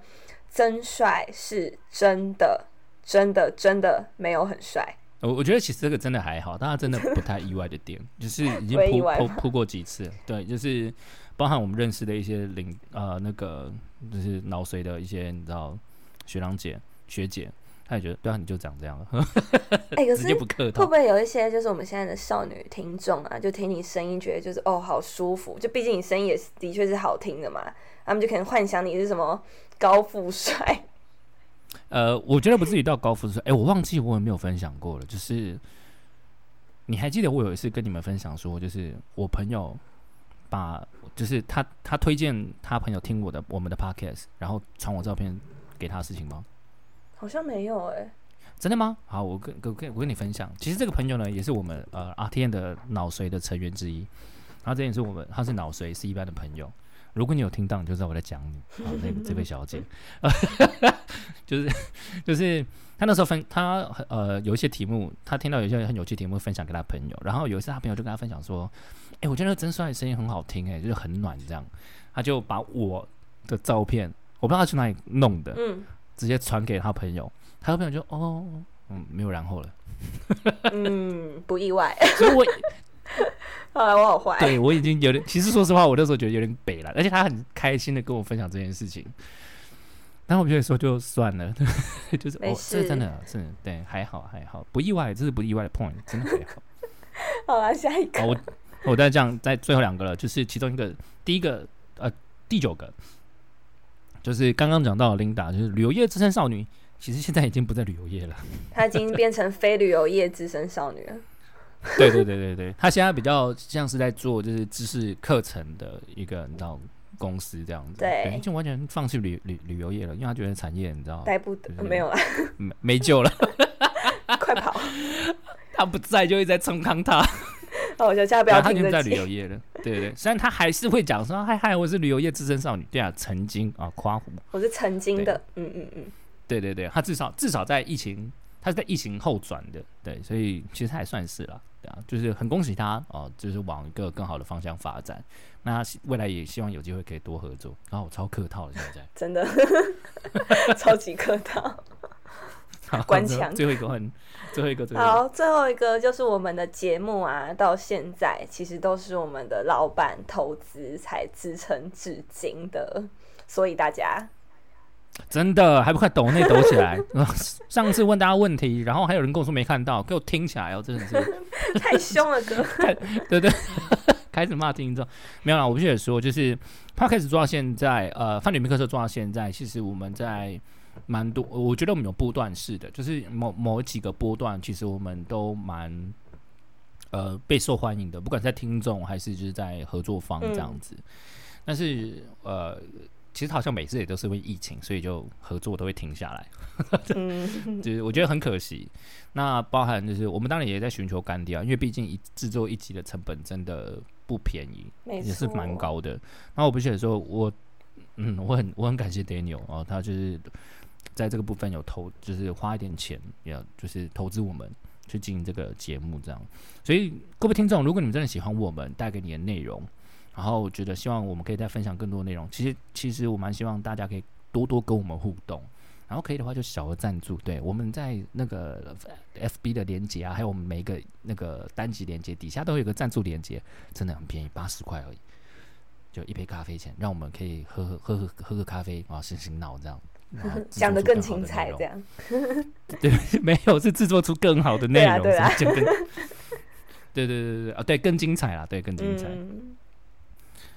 [SPEAKER 2] 真帅是真的，真的真的没有很帅。
[SPEAKER 1] 我我觉得其实这个真的还好，大家真的不太意外的点， 就是已经
[SPEAKER 2] 不会
[SPEAKER 1] 铺
[SPEAKER 2] 意外
[SPEAKER 1] 铺
[SPEAKER 2] 吗
[SPEAKER 1] 铺过几次了，对，就是包含我们认识的一些领呃那个就是脑髓的一些你知道学长姐学姐，他也觉得对啊，你就长这样了，
[SPEAKER 2] 哎、
[SPEAKER 1] 直
[SPEAKER 2] 可是
[SPEAKER 1] 呃接不客
[SPEAKER 2] 会
[SPEAKER 1] 套
[SPEAKER 2] 不。会有一些就是我们现在的少女听众啊，就听你声音觉得就是哦好舒服，就毕竟你声音也是的确是好听的嘛，他们就可能幻想你是什么高富帅，
[SPEAKER 1] 呃，我觉得不至于到高富帅。哎、我忘记我有没有分享过了，就是你还记得我有一次跟你们分享说，就是我朋友把，就是他他推荐他朋友听我的我们的 podcast，然后传我照片给他的事情吗？
[SPEAKER 2] 好像没有哎、
[SPEAKER 1] 真的吗？好，我跟跟跟我跟你分享，其实这个朋友呢，也是我们呃 RTN 的脑髓的成员之一，他之前是我们他是脑髓是一般的朋友。如果你有听到，你就知道我在讲你啊，那个这位小姐， 就是就是他那时候分他呃有一些题目，他听到有一些很有趣的题目分享给他朋友，然后有一次他朋友就跟他分享说，哎、我觉得曾帅的声音很好听、哎，就是很暖这样，他就把我的照片，我不知道他去哪里弄的，
[SPEAKER 2] 嗯
[SPEAKER 1] 直接传给他朋友，他的朋友就哦，嗯，没有然后了。
[SPEAKER 2] 嗯，不意外，
[SPEAKER 1] 所以我
[SPEAKER 2] 啊，我好坏，
[SPEAKER 1] 对我已经有点，其实说实话，我那时候觉得有点北了，而且他很开心的跟我分享这件事情。但我觉得说就算了， 就是
[SPEAKER 2] 没
[SPEAKER 1] 哦，这
[SPEAKER 2] 事
[SPEAKER 1] 真的是对，还好还好，不意外，这是不意外的 point，真的还好。 哦
[SPEAKER 2] 好啦，下一个
[SPEAKER 1] 好，，我我再讲，在最后两个了，就是其中一个，第一个呃，第九个，就是刚刚讲到琳达，就是旅游业资深少女，其实现在已经不在旅游业了。
[SPEAKER 2] 她已经变成非旅游业资深少女了，
[SPEAKER 1] 对对对对对，他现在比较像是在做就是知识课程的一个你知道公司这样子，
[SPEAKER 2] 对
[SPEAKER 1] 就完全放弃旅旅旅游业了，因为他觉得产业你知道
[SPEAKER 2] 待不得，
[SPEAKER 1] 嗯
[SPEAKER 2] 没有啦，
[SPEAKER 1] 没没救了，
[SPEAKER 2] 快跑！
[SPEAKER 1] 他不在就会在冲康他，
[SPEAKER 2] 哦，我觉得大家 不
[SPEAKER 1] 然
[SPEAKER 2] 要
[SPEAKER 1] 后他就
[SPEAKER 2] 听
[SPEAKER 1] 不在
[SPEAKER 2] 这
[SPEAKER 1] 旅游
[SPEAKER 2] 集，
[SPEAKER 1] 业了，对对对，虽然他还是会讲说嗨哎嗨，我是旅游业资深少女，对啊，曾经啊夸胡，
[SPEAKER 2] 我是曾经的，嗯嗯嗯，
[SPEAKER 1] 对对对，他至少至少在疫情，他是在疫情后转的，对，所以其实还算是啦，对啊，就是很恭喜他哦、就是往一个更好的方向发展。那他希未来也希望有机会可以多合作。然后我超客套了，现在
[SPEAKER 2] 真的， 超级客 套。
[SPEAKER 1] 好
[SPEAKER 2] 关
[SPEAKER 1] 最后
[SPEAKER 2] 墙
[SPEAKER 1] 最后一个很，最后一个最后一个，
[SPEAKER 2] 好，最后一个就是我们的节目啊，到现在其实都是我们的老板投资才支撑至今的，所以 大家
[SPEAKER 1] 真的还不快抖内抖起来！ 上次问大家问题，然后还有人跟我说没看到，给我听起来哦，真的是。
[SPEAKER 2] 太凶了 哥，
[SPEAKER 1] 对对，开始骂听众。没有啦，我必须得说，就是他开始做到现在，呃，范吕密克社做到现在，其实我们在蛮多，我觉得我们有波段式的，就是某某几个波段，其实我们都蛮呃备受欢迎的，不管在听众还是就是在合作方这样子。但是呃，其实好像每次也都是因为疫情，所以就合作都会停下来。
[SPEAKER 2] 嗯，
[SPEAKER 1] 就是我觉得很可惜。那包含就是我们当然也在寻求干爹啊，因为毕竟一制作一集的成本真的不便宜，
[SPEAKER 2] 没错，
[SPEAKER 1] 也是蛮，高的。那我必须得说，我嗯，我很我很感谢 Daniel 哦，他就是在这个部分有投，就是花一点钱，也就是投资我们去经营这个节目这样。所以各位听众，如果你们真的喜欢我们带给你的内容，然后觉得希望我们可以再分享更多内容，其实其实我蛮希望大家可以多多跟我们互动。然后可以的话，就小额赞助。对，我们在那个 FB 的连接啊，还有我们每一个那个单集连接底下都有一个赞助连接，真的很便宜，八十块而已，就一杯咖啡钱，让我们可以喝喝喝喝喝个咖啡，然后醒醒脑这 样。然后制
[SPEAKER 2] 讲
[SPEAKER 1] 作
[SPEAKER 2] 的
[SPEAKER 1] 出
[SPEAKER 2] 更
[SPEAKER 1] 好
[SPEAKER 2] 精
[SPEAKER 1] 内
[SPEAKER 2] 彩，
[SPEAKER 1] 容
[SPEAKER 2] 这样，
[SPEAKER 1] 没有，是制作出更好的内
[SPEAKER 2] 对啊
[SPEAKER 1] 容，
[SPEAKER 2] 对啊
[SPEAKER 1] 什么叫更 对对对对对啊，对更精彩啦，对更精彩。
[SPEAKER 2] 嗯，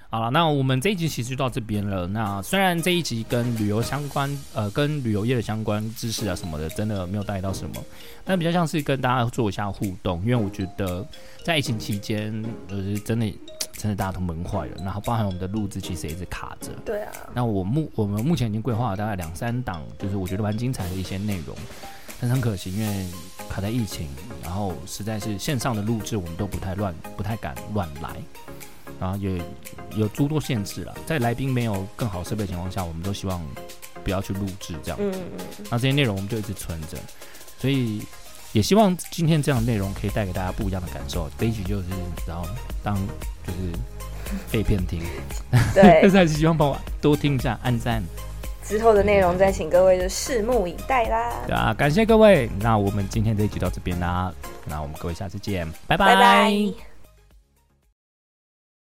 [SPEAKER 1] 好了，那我们这一集其实就到这边了。那虽然这一集跟旅游相关，呃，跟旅游业的相关知识啊什么的，真的没有带到什么，但比较像是跟大家做一下互动，因为我觉得在疫情期间，就是真的真的大家都闷坏了，然后包含我们的录制其实也一直卡着。
[SPEAKER 2] 对啊，
[SPEAKER 1] 那我目我们目前已经规划了大概两三档，就是我觉得蛮精彩的一些内容，但是很可惜，因为卡在疫情，然后实在是线上的录制我们都不太乱，不太敢乱来，然后也有诸多限制了。在来宾没有更好设备的情况下，我们都希望不要去录制这样。
[SPEAKER 2] 嗯嗯，
[SPEAKER 1] 那这些内容我们就一直存着，所以也希望今天这样的内容可以带给大家不一样的感受。这一集就是然后当就是被骗听。但
[SPEAKER 2] 对，
[SPEAKER 1] 是还是希望帮我多听一下，按赞，
[SPEAKER 2] 之后的内容再请各位就拭目以待啦，
[SPEAKER 1] 对啊，感谢各位。那我们今天这一集到这边啦，那我们各位下次见，拜
[SPEAKER 2] 拜拜。